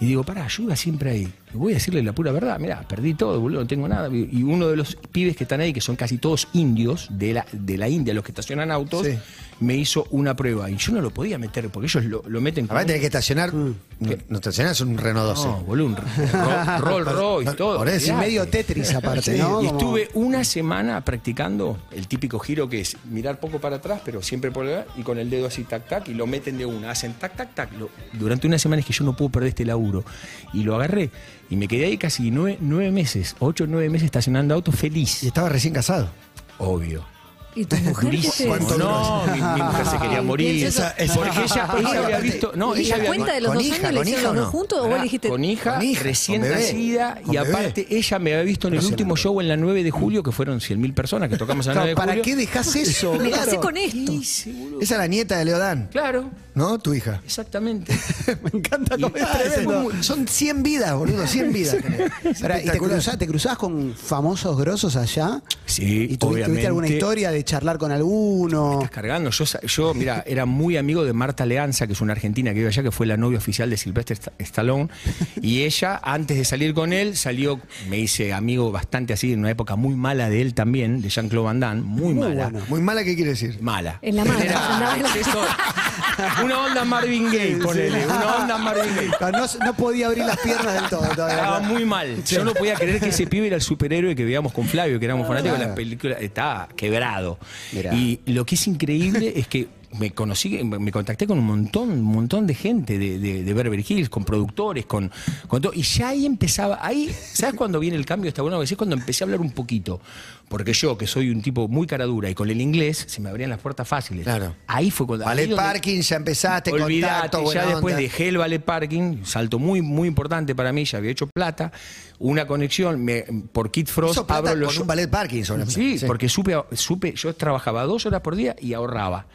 [SPEAKER 3] Y digo, pará, yo iba siempre ahí. Voy a decirle la pura verdad, mirá, perdí todo, boludo, no tengo nada. Y uno de los pibes que están ahí, que son casi todos indios de la, de la India, los que estacionan autos,
[SPEAKER 2] Sí.
[SPEAKER 3] me hizo una prueba. Y yo no lo podía meter, porque ellos lo, lo meten
[SPEAKER 2] Aparte
[SPEAKER 3] un-
[SPEAKER 2] tenés que estacionar.
[SPEAKER 5] Mm.
[SPEAKER 2] No, no estacionás un Renault 12.
[SPEAKER 3] no, boludo, un Ro- Rolls Royce, todo.
[SPEAKER 2] Por eso,
[SPEAKER 5] Y
[SPEAKER 3] Mirá.
[SPEAKER 5] medio Tetris aparte,
[SPEAKER 2] Sí,
[SPEAKER 5] ¿no?
[SPEAKER 3] Y
[SPEAKER 5] Como-
[SPEAKER 3] estuve una semana practicando el típico giro que es mirar poco para atrás, pero siempre por la y con el dedo así tac tac y lo meten de una, hacen tac tac tac. Lo- durante una semana es que yo no puedo perder este laburo. Y lo agarré y me quedé ahí casi nueve, nueve meses, ocho nueve meses estacionando autos
[SPEAKER 2] Y
[SPEAKER 3] feliz.
[SPEAKER 2] estaba recién casado.
[SPEAKER 3] Obvio.
[SPEAKER 1] ¿Y tu mujer qué te
[SPEAKER 3] Durísimo.
[SPEAKER 1] decía?
[SPEAKER 3] No, mi, mi mujer se quería
[SPEAKER 1] Ay,
[SPEAKER 3] morir.
[SPEAKER 1] piensa eso.
[SPEAKER 3] Porque ella, ella
[SPEAKER 2] Aparte,
[SPEAKER 3] había visto. No,
[SPEAKER 1] ¿Y
[SPEAKER 3] ella
[SPEAKER 1] la
[SPEAKER 3] había
[SPEAKER 1] cuenta de los
[SPEAKER 2] con
[SPEAKER 1] dos
[SPEAKER 2] hija,
[SPEAKER 1] años la
[SPEAKER 2] con
[SPEAKER 1] hicieron
[SPEAKER 2] hija
[SPEAKER 1] los
[SPEAKER 2] o
[SPEAKER 1] dos
[SPEAKER 2] no?
[SPEAKER 1] juntos o vos
[SPEAKER 3] Pará,
[SPEAKER 1] le dijiste
[SPEAKER 3] con hija,
[SPEAKER 2] Con hija,
[SPEAKER 3] recién
[SPEAKER 2] con bebé,
[SPEAKER 3] nacida
[SPEAKER 2] con
[SPEAKER 3] y
[SPEAKER 2] bebé.
[SPEAKER 3] aparte ella me había visto en el último show en la 9 de julio que fueron 100.000 personas que tocamos en la 9
[SPEAKER 5] Claro,
[SPEAKER 3] de
[SPEAKER 5] ¿Para
[SPEAKER 3] julio.
[SPEAKER 5] qué dejas eso?
[SPEAKER 1] me
[SPEAKER 5] Claro.
[SPEAKER 1] casé con esto?
[SPEAKER 2] Esa es la nieta de Leodán,
[SPEAKER 3] Claro,
[SPEAKER 2] ¿no? Tu hija.
[SPEAKER 3] exactamente.
[SPEAKER 5] Me encanta
[SPEAKER 3] Y-
[SPEAKER 5] cómo es
[SPEAKER 3] Ah, es
[SPEAKER 5] tremendo.
[SPEAKER 2] Son- Son 100 vidas, boludo, 100 vidas. tenés. Es
[SPEAKER 5] Pará, ¿y te,
[SPEAKER 2] espectacular.
[SPEAKER 5] cruzás, te cruzás con famosos grosos allá?
[SPEAKER 3] Sí,
[SPEAKER 5] ¿Y tuviste, tuviste alguna
[SPEAKER 3] obviamente.
[SPEAKER 5] historia de charlar con alguno?
[SPEAKER 3] Estás cargando. Yo, sa- yo mira, era muy amigo de Marta Leanza, que es una argentina que vive allá, que fue la novia oficial de Sylvester Sta- Stallone. Y ella, antes de salir con él, salió, me hice amigo bastante así, en una época muy mala de él también, de Jean-Claude Van Damme, muy, mala.
[SPEAKER 5] bueno.
[SPEAKER 2] Muy mala, ¿qué quiere decir?
[SPEAKER 3] Mala.
[SPEAKER 1] En la mano,
[SPEAKER 3] Era-
[SPEAKER 1] andaba en la-
[SPEAKER 3] eso- una onda Marvin Gaye, ponele. Una onda Marvin Gaye.
[SPEAKER 5] No, no, no podía abrir las piernas del todo todavía.
[SPEAKER 3] Estaba muy mal. Yo no podía creer que ese pibe era el superhéroe que veíamos con Flavio, que éramos fanáticos de las películas. Estaba quebrado.
[SPEAKER 5] Mirá.
[SPEAKER 3] Y lo que es increíble es que me conocí, me contacté con un montón, un montón de gente de, de, de Beverly Hills, con productores, con, con todo. Y ya ahí empezaba, ahí, ¿sabes cuándo viene el cambio? Está bueno, que sí, cuando empecé a hablar un poquito. Porque yo, que soy un tipo muy cara dura y con el inglés, se me abrían las puertas fáciles.
[SPEAKER 2] Claro.
[SPEAKER 3] Ahí fue cuando. ahí
[SPEAKER 2] Ballet
[SPEAKER 3] donde-
[SPEAKER 2] Parking, ya empezaste,
[SPEAKER 3] Olvidate,
[SPEAKER 2] contacto, buena
[SPEAKER 3] ya después
[SPEAKER 2] onda.
[SPEAKER 3] dejé el ballet parking, salto muy, muy importante para mí, ya había hecho plata. una conexión, me- por Kid Frost
[SPEAKER 2] Hizo plata
[SPEAKER 3] abro los
[SPEAKER 2] con
[SPEAKER 3] show-
[SPEAKER 2] un ballet Parkinson.
[SPEAKER 3] Sí, porque supe, supe, yo trabajaba dos horas por día y ahorraba.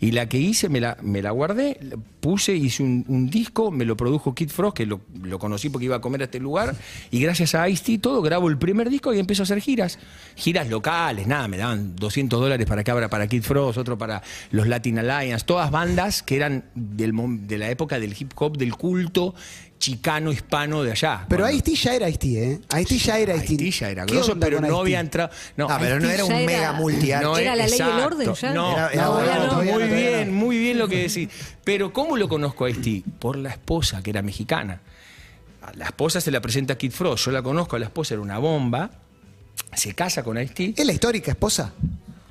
[SPEAKER 3] Y la que hice me la, me la guardé, la puse, hice un, un disco, me lo produjo Kid Frost, que lo, lo conocí porque iba a comer a este lugar, y gracias a Ice-T todo, grabo el primer disco y empiezo a hacer giras. Giras locales, nada, me daban 200 dólares para que abra para Kid Frost, otro para los Latin Alliance, todas bandas que eran del, mom- de la época del hip hop, del culto chicano, hispano de allá.
[SPEAKER 5] Pero
[SPEAKER 3] Cuando-
[SPEAKER 5] Ice-T ya era Ice-T, ¿eh? Ice-T ya era Ice-T.
[SPEAKER 3] Ice-T ya era
[SPEAKER 5] ¿Qué
[SPEAKER 3] grosso,
[SPEAKER 5] onda
[SPEAKER 3] pero
[SPEAKER 5] con
[SPEAKER 3] no
[SPEAKER 5] Ice-T?
[SPEAKER 3] había entrado. No,
[SPEAKER 2] Ah, pero no
[SPEAKER 3] Ice-T
[SPEAKER 2] era
[SPEAKER 1] ya
[SPEAKER 2] un
[SPEAKER 1] era-
[SPEAKER 2] mega multiarte.
[SPEAKER 1] No, Era la ley y el
[SPEAKER 3] exacto.
[SPEAKER 1] orden ya.
[SPEAKER 3] No,
[SPEAKER 2] Era-
[SPEAKER 1] era
[SPEAKER 3] no,
[SPEAKER 1] bueno,
[SPEAKER 3] no,
[SPEAKER 1] todavía
[SPEAKER 3] muy
[SPEAKER 5] no, todavía
[SPEAKER 3] bien,
[SPEAKER 5] no.
[SPEAKER 3] muy bien lo que decís. Pero ¿cómo lo conozco a Ice-T? Por la esposa, que era mexicana. A la esposa se la presenta a Kid Frost. Yo la conozco, a la esposa era una bomba. Se casa con Ice-T.
[SPEAKER 5] ¿Es la histórica esposa?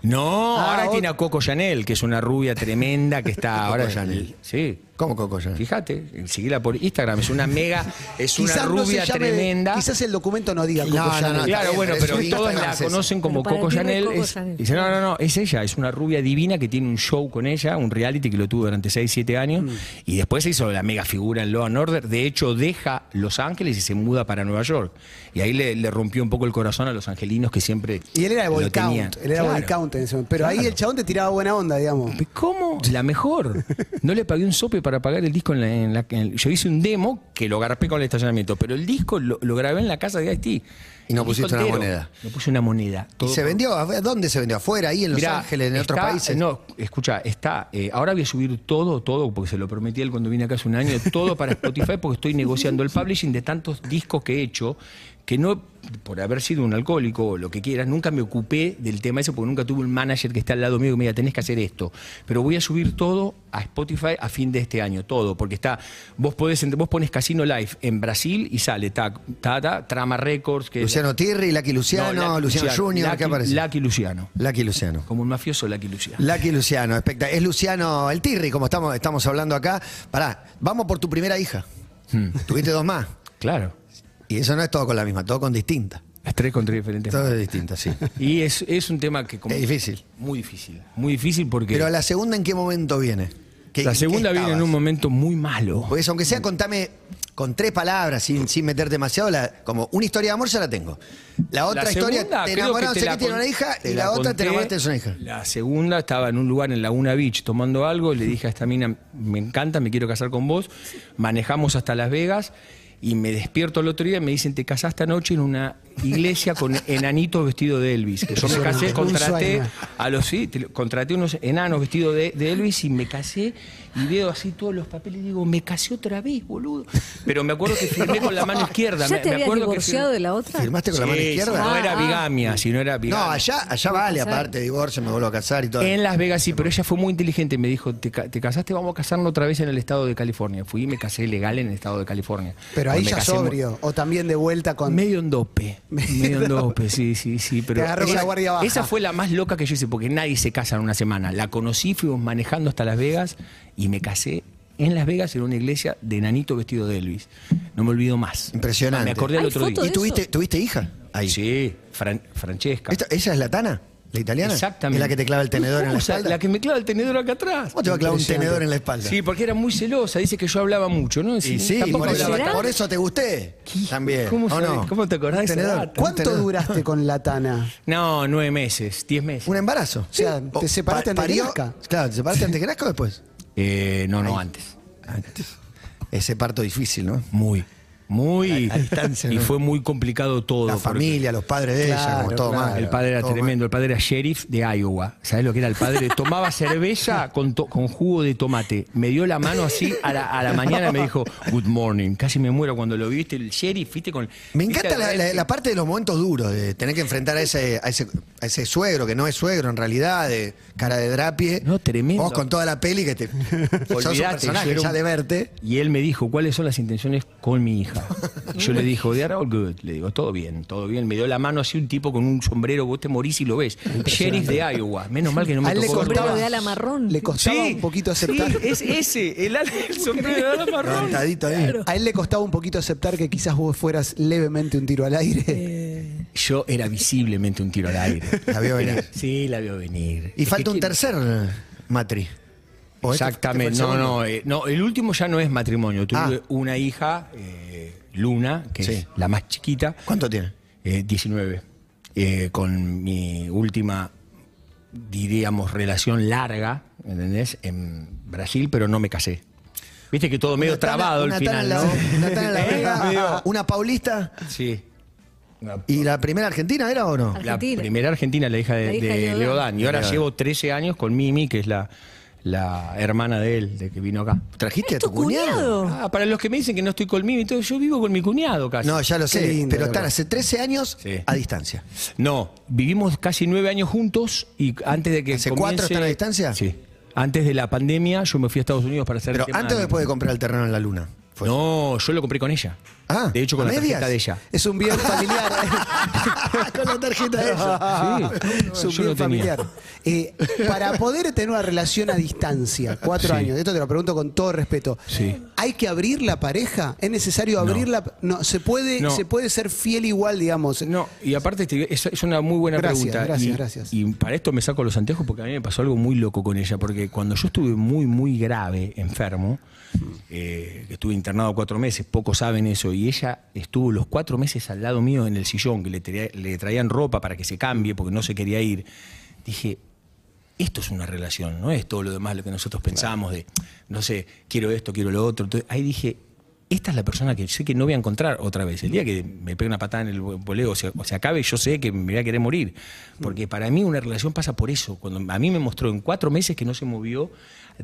[SPEAKER 3] No,
[SPEAKER 5] Eh, Ah,
[SPEAKER 3] ahora
[SPEAKER 5] ot-
[SPEAKER 3] tiene a Coco Chanel, que es una rubia tremenda que está ahora.
[SPEAKER 2] Chanel.
[SPEAKER 3] Sí.
[SPEAKER 2] ¿Cómo Coco ya?
[SPEAKER 3] Fíjate, seguila por Instagram, es una mega, es una
[SPEAKER 5] Quizás no se
[SPEAKER 3] rubia
[SPEAKER 5] llame-
[SPEAKER 3] tremenda.
[SPEAKER 5] Quizás el documento no diga Coco
[SPEAKER 2] No, no,
[SPEAKER 5] Chanel.
[SPEAKER 2] no,
[SPEAKER 3] Claro,
[SPEAKER 2] Está bien,
[SPEAKER 3] bueno,
[SPEAKER 2] pero
[SPEAKER 3] pero
[SPEAKER 2] es un
[SPEAKER 3] todos la
[SPEAKER 2] Instagram, es
[SPEAKER 3] conocen como
[SPEAKER 1] Pero para
[SPEAKER 3] Coco
[SPEAKER 1] ti no es
[SPEAKER 3] Chanel.
[SPEAKER 1] Coco
[SPEAKER 3] es-
[SPEAKER 1] Chanel.
[SPEAKER 3] dice, no, no, no, es ella, es una rubia divina que tiene un show con ella, un reality que lo tuvo durante 6, 7 años.
[SPEAKER 2] Mm.
[SPEAKER 3] Y después se hizo la mega figura en Law and Order. De hecho, deja Los Ángeles y se muda para Nueva York. Y ahí le, le rompió un poco el corazón a los angelinos que siempre.
[SPEAKER 5] Y él era de
[SPEAKER 3] lo
[SPEAKER 5] boy
[SPEAKER 3] tenían.
[SPEAKER 5] count, él era
[SPEAKER 3] Claro.
[SPEAKER 5] boy count en ese momento. Pero ahí
[SPEAKER 3] Claro.
[SPEAKER 5] el chabón te tiraba buena onda, digamos.
[SPEAKER 3] ¿Cómo? La mejor. No le pagué un sope para pagar el disco en la. en la- en el- yo hice un demo que lo garpé con el estacionamiento, pero el disco lo, lo grabé en la casa de Ice-T.
[SPEAKER 2] Y no
[SPEAKER 3] El
[SPEAKER 2] pusiste
[SPEAKER 3] disco
[SPEAKER 2] una
[SPEAKER 3] entero.
[SPEAKER 2] moneda.
[SPEAKER 3] No puse una moneda.
[SPEAKER 2] ¿Y
[SPEAKER 3] Todo
[SPEAKER 2] se
[SPEAKER 3] por-
[SPEAKER 2] vendió? ¿A- ¿Dónde se vendió? ¿Afuera? ¿Ahí en Los
[SPEAKER 3] Mirá,
[SPEAKER 2] Ángeles? ¿En otros
[SPEAKER 3] está-
[SPEAKER 2] países?
[SPEAKER 3] No, escucha, está. eh, ahora voy a subir todo, todo, porque se lo prometí a él cuando vine acá hace un año, todo para Spotify, porque estoy negociando el publishing de tantos discos que he hecho, que no, por haber sido un alcohólico o lo que quieras, nunca me ocupé del tema ese, porque nunca tuve un manager que esté al lado mío y me diga, tenés que hacer esto. Pero voy a subir todo a Spotify a fin de este año, todo, porque está. Vos podés, entr- vos pones Casino Live en Brasil y sale, ta, ta, ta, Trama Records, que.
[SPEAKER 2] Luciano Tirri, Lucky Luciano,
[SPEAKER 3] eh, No, Lucky
[SPEAKER 2] Luciano Junior,
[SPEAKER 3] Lucky-
[SPEAKER 2] ¿qué aparece? Lucky,
[SPEAKER 3] Lucky Luciano.
[SPEAKER 2] Luciano.
[SPEAKER 3] Como un mafioso, Lucky Luciano.
[SPEAKER 2] Lucky Luciano, especta- es Luciano el Tirri, como estamos, estamos hablando acá. Pará, vamos por tu primera hija.
[SPEAKER 3] Hmm.
[SPEAKER 2] Tuviste dos más.
[SPEAKER 3] Claro.
[SPEAKER 2] Y eso no es todo con la misma, todo con distinta.
[SPEAKER 3] Las tres con tres diferentes.
[SPEAKER 2] Todo es distinta, sí.
[SPEAKER 3] Y es, es un tema que... como-
[SPEAKER 2] Es difícil.
[SPEAKER 3] Muy difícil. Muy difícil porque...
[SPEAKER 2] Pero la segunda, ¿en qué momento viene? ¿Qué-
[SPEAKER 3] la
[SPEAKER 2] qué
[SPEAKER 3] segunda viene en
[SPEAKER 2] estabas?
[SPEAKER 3] un momento muy malo.
[SPEAKER 2] Porque eso, aunque sea, contame con tres palabras, sin, sin meter demasiado, la- como una historia de amor ya la tengo. La otra historia,
[SPEAKER 3] segunda,
[SPEAKER 2] te
[SPEAKER 3] creo que
[SPEAKER 2] enamoraste,
[SPEAKER 3] te
[SPEAKER 2] sé que tiene
[SPEAKER 3] con-
[SPEAKER 2] una hija,
[SPEAKER 3] te
[SPEAKER 2] y
[SPEAKER 3] la
[SPEAKER 2] la, otra te
[SPEAKER 3] conté.
[SPEAKER 2] enamoraste de una hija.
[SPEAKER 3] La segunda estaba en un lugar en Laguna Beach tomando algo, le dije a esta mina, me encanta, me quiero casar con vos, manejamos hasta Las Vegas y me despierto al otro día y me dicen, te casaste anoche en una iglesia con enanitos vestidos de Elvis. Que yo me
[SPEAKER 5] Eso era
[SPEAKER 3] casé,
[SPEAKER 5] un
[SPEAKER 3] contraté
[SPEAKER 5] sueño.
[SPEAKER 3] a los sí, te- contraté unos enanos vestidos de, de Elvis y me casé y veo así todos los papeles y digo, me casé otra vez, boludo. Pero me acuerdo que firmé con la mano izquierda. me,
[SPEAKER 1] ¿Ya te
[SPEAKER 3] me
[SPEAKER 1] habías
[SPEAKER 3] acuerdo que
[SPEAKER 1] divorciado
[SPEAKER 3] firmé-
[SPEAKER 1] de la otra?
[SPEAKER 2] ¿Firmaste con la mano
[SPEAKER 3] Sí,
[SPEAKER 2] izquierda?
[SPEAKER 3] Si no era
[SPEAKER 1] Ah.
[SPEAKER 3] bigamia, si no era bigamia.
[SPEAKER 2] No, allá, allá vale,
[SPEAKER 1] casar.
[SPEAKER 2] aparte, divorcio, me vuelvo a casar y todo.
[SPEAKER 3] En Las Vegas sí, pero ella fue muy inteligente. Me dijo, te, ca- te casaste, vamos a casarnos otra vez en el estado de California. Fui y me casé legal en el estado de California.
[SPEAKER 5] Pero ahí
[SPEAKER 3] Porque me
[SPEAKER 5] ya
[SPEAKER 3] casé muy-
[SPEAKER 5] sobrio. O también de vuelta con.
[SPEAKER 3] Medio en dope. Medio en dope, sí, sí, sí. Pero
[SPEAKER 5] Te agarró con la guardia baja.
[SPEAKER 3] Esa fue la más loca que yo hice, porque nadie se casa en una semana. La conocí, fuimos manejando hasta Las Vegas y me casé en Las Vegas en una iglesia de nanito vestido de Elvis. No me olvido más.
[SPEAKER 2] Impresionante.
[SPEAKER 3] Me acordé el
[SPEAKER 1] ¿Hay
[SPEAKER 3] otro día.
[SPEAKER 1] fotos
[SPEAKER 2] ¿Y
[SPEAKER 1] de
[SPEAKER 2] tuviste,
[SPEAKER 1] eso?
[SPEAKER 2] tuviste hija? Ahí.
[SPEAKER 3] Sí, Fran- Francesca.
[SPEAKER 2] Esta- ¿Ella es la Tana? ¿La italiana?
[SPEAKER 3] Exactamente.
[SPEAKER 2] ¿Es la que te clava el tenedor en la
[SPEAKER 3] O sea,
[SPEAKER 2] espalda?
[SPEAKER 3] La que me clava el tenedor acá atrás.
[SPEAKER 2] ¿Cómo te va a clavar un
[SPEAKER 5] Impresionante.
[SPEAKER 2] tenedor en la espalda?
[SPEAKER 3] Sí, porque era muy celosa, dice que yo hablaba mucho, ¿no?
[SPEAKER 2] Y sí,
[SPEAKER 3] tampoco
[SPEAKER 2] por eso,
[SPEAKER 3] hablaba
[SPEAKER 1] ¿Será?
[SPEAKER 2] por eso te gusté. También.
[SPEAKER 3] ¿Cómo
[SPEAKER 2] ¿o
[SPEAKER 3] sabés?
[SPEAKER 2] no?
[SPEAKER 3] ¿Cómo te acordás de esa
[SPEAKER 2] Tenedor.
[SPEAKER 3] data?
[SPEAKER 5] ¿Cuánto
[SPEAKER 2] Tenedor.
[SPEAKER 5] duraste con la Tana?
[SPEAKER 3] No, nueve meses, diez meses.
[SPEAKER 2] ¿Un embarazo?
[SPEAKER 5] O sea, ¿te separaste antes que nazca?
[SPEAKER 2] Claro, ¿te separaste antes que nazca o después?
[SPEAKER 3] Eh, no, no, antes.
[SPEAKER 2] Antes. Ese parto difícil, ¿no?
[SPEAKER 3] Muy, muy.
[SPEAKER 2] A- a distancia,
[SPEAKER 3] y
[SPEAKER 2] ¿no?
[SPEAKER 3] fue muy complicado todo.
[SPEAKER 2] La
[SPEAKER 3] porque
[SPEAKER 2] familia, los padres de ella,
[SPEAKER 5] Claro,
[SPEAKER 2] como todo
[SPEAKER 5] claro.
[SPEAKER 2] mal.
[SPEAKER 3] El padre era
[SPEAKER 2] Todo mal.
[SPEAKER 3] tremendo, el padre era sheriff de Iowa. ¿Sabes lo que era el padre? Tomaba cerveza con, to- con jugo de tomate. Me dio la mano así a la, a la mañana y me dijo, good morning. Casi me muero cuando lo viste, el sheriff, viste con...
[SPEAKER 2] Me
[SPEAKER 3] viste
[SPEAKER 2] encanta
[SPEAKER 3] al
[SPEAKER 2] la,
[SPEAKER 3] rey-
[SPEAKER 2] la- la parte de los momentos duros, de tener que enfrentar a ese, a ese, a ese suegro, que no es suegro en realidad, de cara de drapie.
[SPEAKER 3] No, tremendo.
[SPEAKER 2] Vos con toda la peli que te. sos un
[SPEAKER 3] Olvidate, yo
[SPEAKER 2] personaje
[SPEAKER 3] era un-
[SPEAKER 2] ya de verte.
[SPEAKER 3] Y él me dijo, ¿cuáles son las intenciones con mi hija? Y yo le dije, they are all good. Le digo, todo bien, todo bien. Me dio la mano así un tipo con un sombrero, vos te morís y lo ves. Sheriff de Iowa. Menos mal que no
[SPEAKER 5] A
[SPEAKER 3] me
[SPEAKER 5] él le
[SPEAKER 3] tocó ver
[SPEAKER 5] costaba-
[SPEAKER 3] nada.
[SPEAKER 1] Sombrero de ala marrón.
[SPEAKER 5] Le costaba
[SPEAKER 3] Sí,
[SPEAKER 5] un poquito aceptar.
[SPEAKER 3] sí, es ese, el, ala- el sombrero de ala marrón.
[SPEAKER 2] Levantadito ahí.
[SPEAKER 5] A él le costaba un poquito aceptar que quizás vos fueras levemente un tiro al aire.
[SPEAKER 3] Yo era visiblemente un tiro al aire.
[SPEAKER 2] La vio venir.
[SPEAKER 3] Era- Sí, la vio venir.
[SPEAKER 2] Y
[SPEAKER 3] Es
[SPEAKER 2] falta
[SPEAKER 3] que
[SPEAKER 2] un
[SPEAKER 3] quién-
[SPEAKER 2] tercer eh, matri. ¿O este-
[SPEAKER 3] Exactamente.
[SPEAKER 2] este fue
[SPEAKER 3] no,
[SPEAKER 2] el
[SPEAKER 3] no, eh, no, el último ya no es matrimonio. Tuve
[SPEAKER 2] Ah.
[SPEAKER 3] una hija, eh, Luna, que
[SPEAKER 2] Sí.
[SPEAKER 3] es la más chiquita.
[SPEAKER 2] ¿Cuánto tiene?
[SPEAKER 3] Eh, 19. Eh, con mi última, diríamos, relación larga, ¿entendés? En Brasil, pero no me casé. Viste que todo medio
[SPEAKER 2] Una tana-
[SPEAKER 3] trabado al
[SPEAKER 2] una
[SPEAKER 3] final,
[SPEAKER 2] tana en la-
[SPEAKER 3] ¿no? Eh,
[SPEAKER 2] Una tana en la oreja,
[SPEAKER 3] Medio-
[SPEAKER 2] una paulista.
[SPEAKER 3] Sí. Una-
[SPEAKER 2] ¿Y la primera argentina era o no?
[SPEAKER 3] la
[SPEAKER 1] Argentina.
[SPEAKER 3] primera argentina, la hija de,
[SPEAKER 1] La hija
[SPEAKER 3] de
[SPEAKER 1] de Leodán.
[SPEAKER 3] Leodán. Y ahora
[SPEAKER 2] Leodán.
[SPEAKER 3] llevo 13 años con Mimi, que es la, la hermana de él, de que vino acá.
[SPEAKER 2] ¿Trajiste a
[SPEAKER 1] ¿Es tu
[SPEAKER 2] tu cuñado?
[SPEAKER 1] cuñado?
[SPEAKER 3] Ah, para los que me dicen que no estoy con Mimi, entonces yo vivo con mi cuñado casi.
[SPEAKER 2] No, ya lo
[SPEAKER 5] Qué
[SPEAKER 2] sé,
[SPEAKER 5] lindo,
[SPEAKER 2] pero
[SPEAKER 5] la
[SPEAKER 2] están
[SPEAKER 5] verdad.
[SPEAKER 2] hace 13 años
[SPEAKER 3] Sí.
[SPEAKER 2] a distancia.
[SPEAKER 3] No, vivimos casi nueve años juntos y antes de que.
[SPEAKER 2] ¿Hace cuatro
[SPEAKER 3] comience-
[SPEAKER 2] están a distancia?
[SPEAKER 3] Sí. Antes de la pandemia, yo me fui a Estados Unidos para hacer.
[SPEAKER 2] Pero
[SPEAKER 3] el tema
[SPEAKER 2] antes o
[SPEAKER 3] de-
[SPEAKER 2] después de comprar el terreno en la luna. Fue.
[SPEAKER 3] No, yo lo compré con ella.
[SPEAKER 2] Ah,
[SPEAKER 3] de hecho, con
[SPEAKER 2] ¿a
[SPEAKER 3] la tarjeta
[SPEAKER 2] medias?
[SPEAKER 3] de ella.
[SPEAKER 5] Es un bien familiar. ¿eh?
[SPEAKER 2] Con la tarjeta de ella.
[SPEAKER 3] Sí,
[SPEAKER 5] es un
[SPEAKER 3] yo lo
[SPEAKER 5] bien
[SPEAKER 3] tenía.
[SPEAKER 5] familiar. Eh, para poder tener una relación a distancia, cuatro
[SPEAKER 3] Sí.
[SPEAKER 5] años, esto te lo pregunto con todo respeto.
[SPEAKER 3] Sí.
[SPEAKER 5] ¿Hay que abrir la pareja? ¿Es necesario
[SPEAKER 3] No.
[SPEAKER 5] abrirla? No, se puede,
[SPEAKER 3] No.
[SPEAKER 5] se puede ser fiel igual, digamos.
[SPEAKER 3] No, y aparte te- es, es una muy buena
[SPEAKER 5] Gracias,
[SPEAKER 3] pregunta.
[SPEAKER 5] gracias,
[SPEAKER 3] y,
[SPEAKER 5] gracias.
[SPEAKER 3] y para esto me saco los anteojos porque a mí me pasó algo muy loco con ella, porque cuando yo estuve muy, muy grave, enfermo, eh, que estuve internado cuatro meses, pocos saben eso, y ella estuvo los cuatro meses al lado mío en el sillón, que le, tra- le traían ropa para que se cambie porque no se quería ir, dije... Esto es una relación, no es todo lo demás lo que nosotros pensamos de, no sé, quiero esto, quiero lo otro. Entonces, ahí dije, esta es la persona que sé que no voy a encontrar otra vez. El día que me pegue una patada en el voleo o se, o se acabe, yo sé que me voy a querer morir. Porque para mí una relación pasa por eso. Cuando a mí me mostró en cuatro meses que no se movió,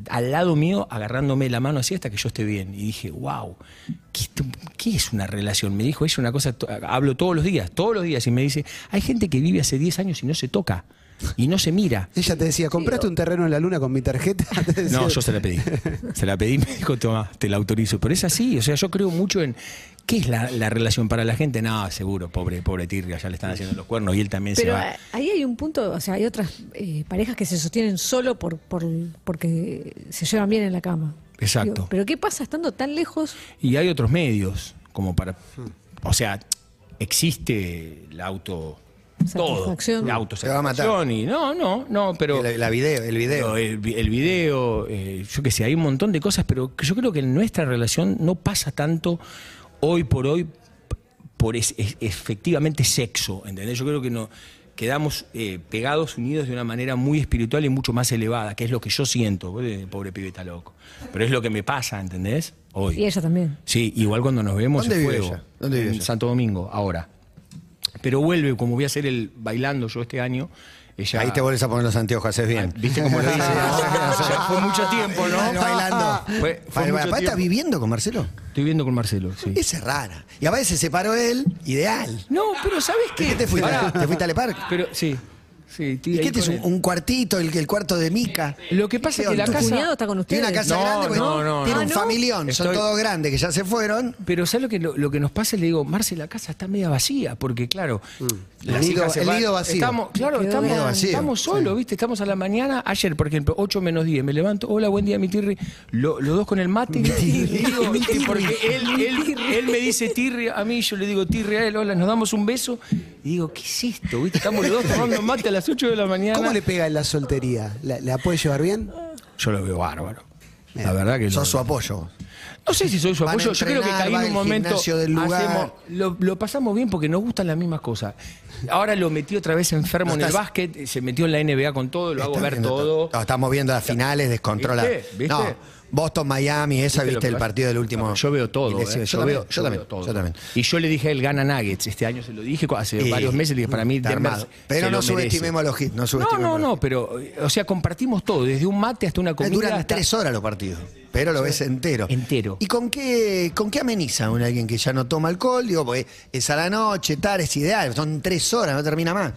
[SPEAKER 3] al lado mío, agarrándome la mano así hasta que yo esté bien. Y dije, wow, ¿qué, esto- qué es una relación? Me dijo, es una cosa, to- hablo todos los días, todos los días. Y me dice, hay gente que vive hace 10 años y no se toca, y no se mira.
[SPEAKER 5] Ella te decía, ¿compraste un terreno en la luna con mi tarjeta? Te decía,
[SPEAKER 3] No, yo se la pedí. Se la pedí y me dijo, toma, te la autorizo. Pero es así, o sea, yo creo mucho en. ¿Qué es la, la relación para la gente? No, seguro, pobre, pobre Tirria, ya le están haciendo los cuernos y él también
[SPEAKER 1] Pero
[SPEAKER 3] se va.
[SPEAKER 1] ah, ahí hay un punto, o sea, hay otras eh, parejas que se sostienen solo por, por porque se llevan bien en la cama.
[SPEAKER 3] Exacto.
[SPEAKER 1] Digo, Pero ¿qué pasa estando tan lejos?
[SPEAKER 3] Y hay otros medios, como para. O sea, existe el auto. Todo.
[SPEAKER 1] Satisfacción.
[SPEAKER 3] La auto
[SPEAKER 2] Te va a matar.
[SPEAKER 3] Y no, no, no, pero.
[SPEAKER 2] la, la video, el video.
[SPEAKER 3] Pero El, vi- el video, eh, yo qué sé, hay un montón de cosas, pero que yo creo que en nuestra relación no pasa tanto hoy por hoy p- por es- es- efectivamente sexo, ¿entendés? Yo creo que no quedamos eh, pegados, unidos de una manera muy espiritual y mucho más elevada, que es lo que yo siento, eh, pobre pibe está loco. Pero es lo que me pasa, ¿entendés? Hoy.
[SPEAKER 1] Y ella también.
[SPEAKER 3] Sí, igual cuando nos vemos
[SPEAKER 2] ¿Dónde
[SPEAKER 3] es
[SPEAKER 2] vive
[SPEAKER 3] fuego.
[SPEAKER 2] ella? ¿Dónde vive
[SPEAKER 3] en
[SPEAKER 2] ella?
[SPEAKER 3] Santo Domingo, ahora. Pero vuelve, como voy a hacer el bailando yo este año, ella
[SPEAKER 2] Ahí te vuelves a poner los anteojos, haces bien. Ah,
[SPEAKER 3] ¿Viste cómo lo hice? Ya fue mucho tiempo, ¿no?
[SPEAKER 2] Bailando, Bailando. Vale,
[SPEAKER 3] Fue- fue mucho
[SPEAKER 2] vale. Aparte, ¿Estás
[SPEAKER 3] tiempo.
[SPEAKER 2] viviendo con Marcelo?
[SPEAKER 3] Estoy viendo con Marcelo, sí.
[SPEAKER 2] Esa es rara. Y a veces se separó él, ideal.
[SPEAKER 3] No, pero ¿sabes qué?
[SPEAKER 2] ¿Qué te fuiste?
[SPEAKER 3] Pará.
[SPEAKER 2] ¿Te fuiste a Leparque?
[SPEAKER 3] Pero, sí. sí estoy
[SPEAKER 2] ¿Y
[SPEAKER 3] ahí
[SPEAKER 2] qué te es
[SPEAKER 3] con
[SPEAKER 2] un,
[SPEAKER 3] él.
[SPEAKER 2] un cuartito, el, el cuarto de Mica?
[SPEAKER 3] Lo que pasa es que la
[SPEAKER 1] ¿Tu
[SPEAKER 3] casa-
[SPEAKER 1] cuñado está con
[SPEAKER 2] Tiene
[SPEAKER 1] ustedes?
[SPEAKER 2] una casa
[SPEAKER 3] No,
[SPEAKER 2] grande, porque
[SPEAKER 3] no, no,
[SPEAKER 2] tiene
[SPEAKER 3] no.
[SPEAKER 2] un
[SPEAKER 3] Ah, ¿no?
[SPEAKER 2] familión, son
[SPEAKER 3] Estoy-
[SPEAKER 2] todos grandes que ya se fueron.
[SPEAKER 3] Pero ¿sabes lo que, lo, lo que nos pasa? Le digo, Marce, la casa está media vacía, porque claro,
[SPEAKER 5] El nido-
[SPEAKER 3] hijas se
[SPEAKER 5] el
[SPEAKER 3] van.
[SPEAKER 5] nido vacío.
[SPEAKER 3] Estamos, claro,
[SPEAKER 1] Quedó
[SPEAKER 3] estamos,
[SPEAKER 1] grande.
[SPEAKER 2] vacío,
[SPEAKER 3] estamos solos, ¿viste? Estamos a la mañana, ayer, por ejemplo, 8 menos 10, me levanto, hola, buen día, mi tirri, Lo- los dos con el mate, y digo, "Eh, porque él, él, él me dice tirri a mí, yo le digo tirri a él, hola, nos damos un beso, y digo, ¿qué es esto? ¿Viste? Estamos los dos tomando mate a las 8 de la mañana.
[SPEAKER 5] ¿Cómo le pega en la soltería? ¿La, la puede llevar bien?
[SPEAKER 3] Yo lo veo bárbaro. La verdad que lo-
[SPEAKER 2] Sos su apoyo.
[SPEAKER 3] No sé si soy su
[SPEAKER 2] Van a
[SPEAKER 3] apoyo. Yo creo que
[SPEAKER 2] entrenar,
[SPEAKER 3] caí
[SPEAKER 2] van
[SPEAKER 3] en un
[SPEAKER 2] al
[SPEAKER 3] momento.
[SPEAKER 2] gimnasio del lugar.
[SPEAKER 3] hacemos- lo, lo pasamos bien porque nos gustan las mismas cosas. Ahora lo metí otra vez enfermo
[SPEAKER 2] No
[SPEAKER 3] en el
[SPEAKER 2] estás-
[SPEAKER 3] básquet, eh, se metió en la NBA con todo, lo hago
[SPEAKER 2] Estás
[SPEAKER 3] ver
[SPEAKER 2] viendo
[SPEAKER 3] todo.
[SPEAKER 2] No, estamos viendo las finales descontroladas.
[SPEAKER 3] ¿Viste? ¿Viste?
[SPEAKER 2] No, Boston, Miami, esa
[SPEAKER 3] ¿Viste
[SPEAKER 2] viste,
[SPEAKER 3] lo que
[SPEAKER 2] el
[SPEAKER 3] pasa?
[SPEAKER 2] partido del último.
[SPEAKER 3] Yo veo todo.
[SPEAKER 2] Y
[SPEAKER 3] eh.
[SPEAKER 2] le-
[SPEAKER 3] Yo,
[SPEAKER 2] también,
[SPEAKER 3] veo, yo veo todo.
[SPEAKER 2] yo también.
[SPEAKER 3] Y yo le dije a él gana Nuggets. Este año se lo dije cu- hace
[SPEAKER 2] Y-
[SPEAKER 3] varios meses. Le dije, para mí,
[SPEAKER 2] está
[SPEAKER 3] Denver
[SPEAKER 2] armado.
[SPEAKER 3] se-
[SPEAKER 2] Pero no
[SPEAKER 3] se lo merece.
[SPEAKER 2] subestimemos a los hits. No,
[SPEAKER 3] No,
[SPEAKER 2] subestimemos
[SPEAKER 3] no,
[SPEAKER 2] a los
[SPEAKER 3] no, pero, eh, o sea, compartimos todo, desde un mate hasta una comida.
[SPEAKER 2] Duran
[SPEAKER 3] hasta-
[SPEAKER 2] tres horas los partidos, pero lo ves entero.
[SPEAKER 3] Entero.
[SPEAKER 2] ¿Y con qué, con qué ameniza un alguien que ya no toma alcohol? Digo, porque es a la noche, tal, es ideal. Son tres horas, no termina más.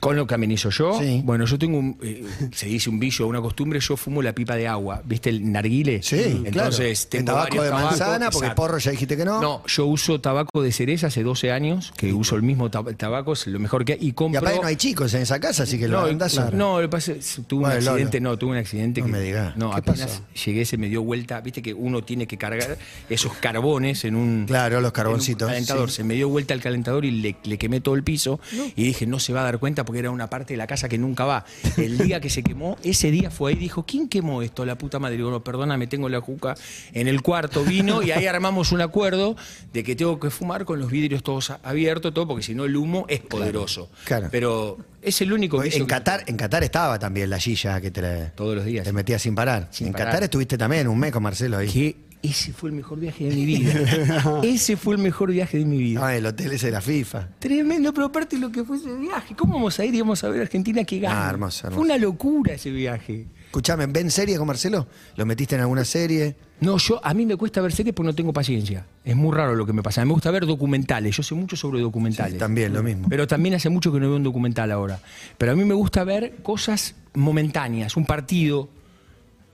[SPEAKER 3] Con lo que amenizo yo,
[SPEAKER 2] Sí.
[SPEAKER 3] bueno, yo tengo un, eh, se dice un vicio, una costumbre, yo fumo la pipa de agua, ¿viste? El narguile. entonces
[SPEAKER 2] Mm, claro. El
[SPEAKER 3] tengo
[SPEAKER 2] tabaco
[SPEAKER 3] varios
[SPEAKER 2] de
[SPEAKER 3] tabacos,
[SPEAKER 2] manzana, porque
[SPEAKER 3] exacto.
[SPEAKER 2] porro ya dijiste que no.
[SPEAKER 3] No, yo uso tabaco de cereza hace 12 años, que uso el mismo tab- tabaco, es lo mejor que hay, y
[SPEAKER 2] Y
[SPEAKER 3] compro...
[SPEAKER 2] aparte no hay chicos en esa casa, así que lo
[SPEAKER 3] No,
[SPEAKER 2] andás
[SPEAKER 3] no, no, lo que pasa es que tuve un
[SPEAKER 2] Bueno, Lolo.
[SPEAKER 3] accidente, no, tuve un accidente
[SPEAKER 2] No
[SPEAKER 3] que
[SPEAKER 2] me digas.
[SPEAKER 3] no,
[SPEAKER 2] ¿Qué
[SPEAKER 3] apenas
[SPEAKER 2] pasó?
[SPEAKER 3] llegué se me dio vuelta, viste que uno tiene que cargar esos carbones en un
[SPEAKER 2] Claro, los
[SPEAKER 3] en un
[SPEAKER 2] carboncitos.
[SPEAKER 3] calentador,
[SPEAKER 2] sí.
[SPEAKER 3] se me dio vuelta el calentador y le, le quemé todo el piso y dije, no se va a dar cuenta porque era una parte de la casa que nunca va. El día que se quemó, ese día fue ahí, dijo, ¿quién quemó esto? La puta madre. Y Digo, no, perdóname, tengo la cuca en el cuarto, vino y ahí armamos un acuerdo de que tengo que fumar con los vidrios todos a- abiertos, todo, porque si no el humo es poderoso.
[SPEAKER 2] claro.
[SPEAKER 3] Pero es el único
[SPEAKER 2] Oye,
[SPEAKER 3] vicio
[SPEAKER 2] En
[SPEAKER 3] que-
[SPEAKER 2] Qatar, en Qatar estaba también la Gilla que te la-
[SPEAKER 3] Todos los días.
[SPEAKER 2] te metías sin parar.
[SPEAKER 3] Sin
[SPEAKER 2] en
[SPEAKER 3] parar.
[SPEAKER 2] Qatar estuviste también un mes con Marcelo ahí.
[SPEAKER 3] que ese fue el mejor viaje de mi vida. ese fue el mejor viaje de mi vida.
[SPEAKER 2] Ah, el hotel ese de la FIFA.
[SPEAKER 3] Tremendo, pero aparte lo que fue ese viaje. ¿Cómo vamos a ir y vamos a ver a Argentina que gana?
[SPEAKER 2] Ah, hermoso, hermoso.
[SPEAKER 3] Fue una locura ese viaje.
[SPEAKER 2] Escuchame, ¿ven serie con Marcelo? ¿Lo metiste en alguna serie?
[SPEAKER 3] No, yo a mí me cuesta ver series porque no tengo paciencia. Es muy raro lo que me pasa. Me gusta ver documentales. Yo sé mucho sobre documentales.
[SPEAKER 2] Sí, también, lo mismo.
[SPEAKER 3] Pero también hace mucho que no veo un documental ahora. Pero a mí me gusta ver cosas momentáneas, un partido,